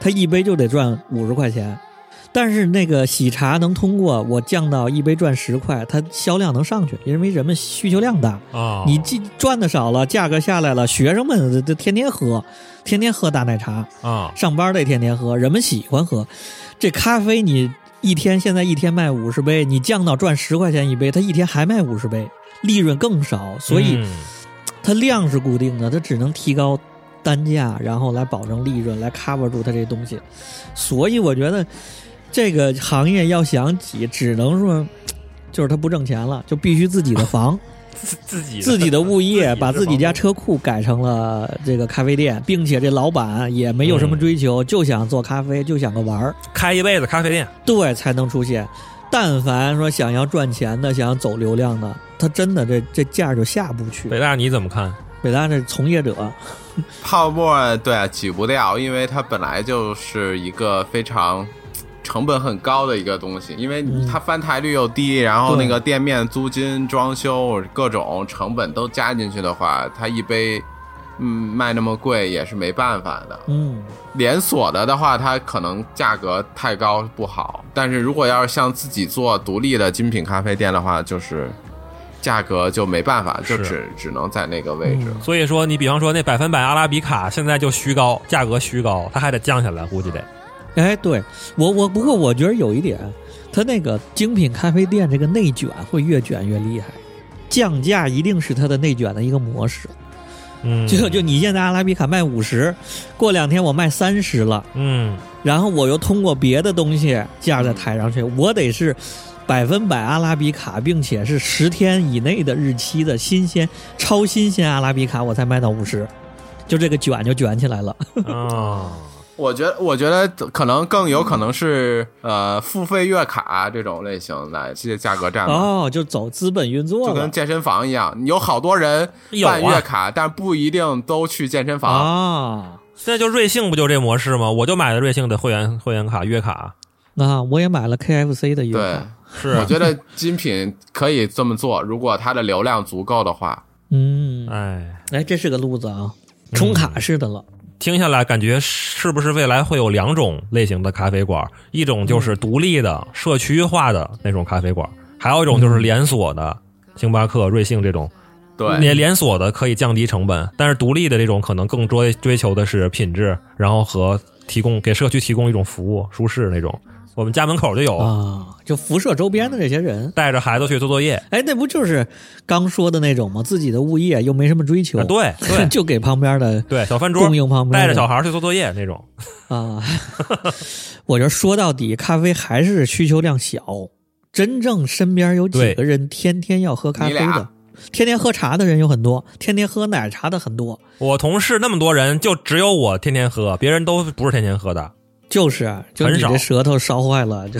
D: 它一杯就得赚五十块钱。但是那个喜茶能通过我降到一杯赚十块，它销量能上去，因为人们需求量大。
E: 哦
D: 你既赚的少了，价格下来了，学生们这这天天喝，天天喝大奶茶，
E: 啊，
D: 上班得天天喝，人们喜欢喝。这咖啡你一天现在一天卖五十杯，你降到赚十块钱一杯，它一天还卖五十杯，利润更少，所以
E: 嗯
D: 它量是固定的，它只能提高单价，然后来保证利润，来 cover 住它这东西。所以我觉得这个行业要想挤，只能说。就是它不挣钱了，就必须自己的房、
E: 自自己
D: 自己的物业，把自己家
E: 房
D: 车库改成了这个咖啡店，并且这老板也没有什么追求，就想做咖啡，就想个玩儿。
E: 开一辈子咖啡店，
D: 对才能出现。但凡说想要赚钱的，想要走流量的，他真的这这价儿就下不去。
E: 北大你怎么看？
D: 北大这从业者，
F: 泡沫对啊挤不掉，因为它本来就是一个非常成本很高的一个东西，因为你它翻台率又低，然后
D: 对
F: 那个店面租金、装修各种成本都加进去的话，它一杯。嗯，卖那么贵也是没办法的。
D: 嗯，
F: 连锁的的话，它可能价格太高不好，但是如果要是像自己做独立的精品咖啡店的话，就是价格就没办法，就是只只能在那个位置。
E: 所以说，你比方说那百分百阿拉比卡现在就虚高，价格虚高，它还得降下来，估计得。
D: 哎，对我我不过我觉得有一点，它那个精品咖啡店这个内卷会越卷越厉害，降价一定是它的内卷的一个模式。
E: 嗯，
D: 就就你现在阿拉比卡卖五十，过两天我卖三十了，
E: 嗯，
D: 然后我又通过别的东西价再抬上去，我得是百分百阿拉比卡，并且是十天以内的日期的新鲜超新鲜阿拉比卡，我才卖到五十，就这个卷就卷起来了。
E: 啊，
F: 我觉得，我觉得可能更有可能是呃付费月卡这种类型来这些价格
E: 嗯
F: 战吧。
D: 哦，就走资本运作
F: 就
D: 了
F: 跟健身房一样，有好多人
E: 有啊哦
F: 办月卡，但不一定都去健身房。
D: 啊
E: 现在就瑞幸不就这模式吗？我就买的瑞幸的会员会员卡月卡，
D: 啊！我也买了 KFC 的月
F: 对
D: 卡，，
E: 是
F: 我觉得精品可以这么做，如果它的流量足够的话。
D: 嗯，
E: 哎，
D: 哎，这是个路子啊，充卡式的了。
E: 听下来感觉是不是未来会有两种类型的咖啡馆？一种
D: 嗯
E: 就是独立的、社区化的那种咖啡馆，还有一
D: 嗯
E: 种就是连锁的，星巴克、瑞幸这种。
F: 对
E: 连，连锁的可以降低成本，但是独立的这种可能更追追求的是品质，然后和提供给社区提供一种服务舒适那种。我们家门口就有，
D: 啊，就辐射周边的这些人，
E: 带着孩子去做作业。
D: 哎，那不就是刚说的那种吗？自己的物业又没什么追求，
E: 啊、对对
D: 就给旁边的
E: 对，小饭桌
D: 供应旁边
E: 带
D: 的
E: 着小孩去做作业那种。
D: 啊。 我就说到底，咖啡还是需求量小。真正身边有几
E: 对
D: 个人天天要喝咖啡
F: 你
D: 的
F: 俩，
D: 天天喝茶的人有很多，天天喝奶茶的很多。
E: 我同事那么多人，就只有我天天喝，别人都不是天天喝的
D: 就是啊，就
E: 很
D: 你
E: 少
D: 这舌头烧坏了，就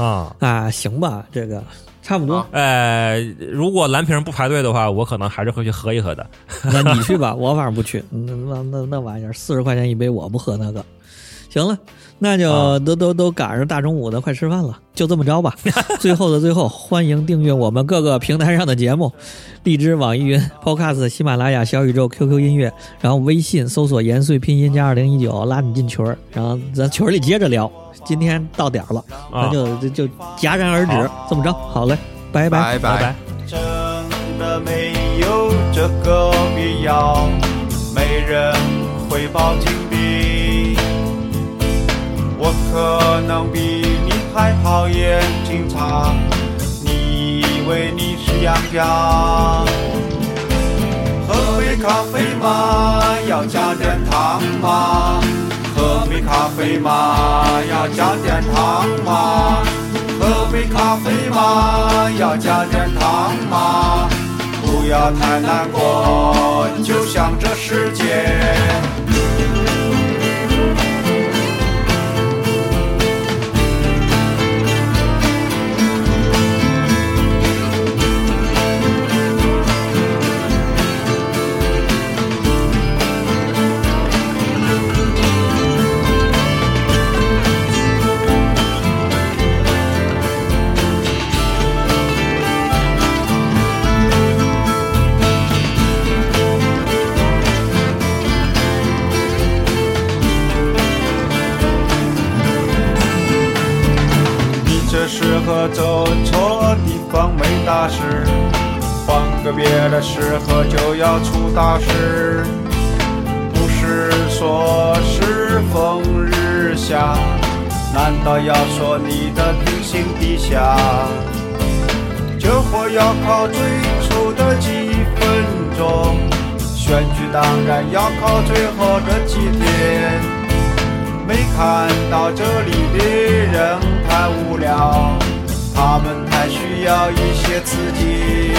E: 啊。
D: 啊，行吧，这个差不多
F: 啊。
E: 呃，如果蓝瓶不排队的话，我可能还是会去喝一喝的。
D: 那你去吧，我反正不去。那那那那玩意儿，四十块钱一杯，我不喝那个。行了，那就
E: 啊
D: 都都都赶上大中午的，快吃饭了，就这么着吧。最后的最后，欢迎订阅我们各个平台上的节目，荔枝、网易云、Podcast、喜马拉雅、小宇宙、QQ 音乐，然后微信搜索“延绥拼音加二零一九”，拉你进群儿，然后咱群儿里接着聊。今天到点儿了，
E: 啊
D: 咱就就就戛然而止，这么着，好嘞，拜拜。
F: 拜
E: 拜拜。
G: 真的没有这个必要，没人会抱紧你。我可能比你还讨厌警察，你以为你是杨家？喝杯咖啡嘛，要加点糖嘛。喝杯咖啡嘛，要加点糖嘛。喝杯咖啡嘛，要加点糖嘛。不要太难过，就像这世界。你这适合走错地方没大事，换个别的适合就要出大事。不是说世风日下，难道要说你的居心低下？救火要靠最初的几分钟，选举当然要靠最后的几天。没看到这里的人太无聊，他们太需要一些刺激。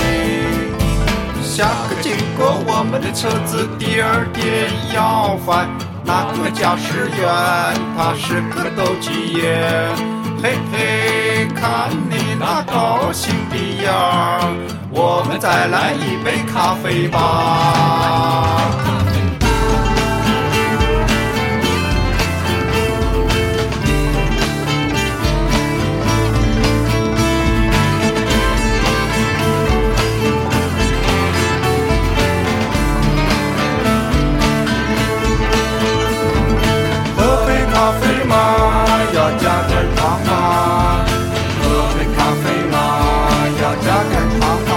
G: 下课经过我们的车子，第二天要饭。那个驾驶员他是个斗鸡眼，嘿嘿，看你那高兴的样儿，我们再来一杯咖啡吧。喝杯咖啡嘛，要加点糖啊。喝杯咖啡嘛，要加点糖啊。啊啊啊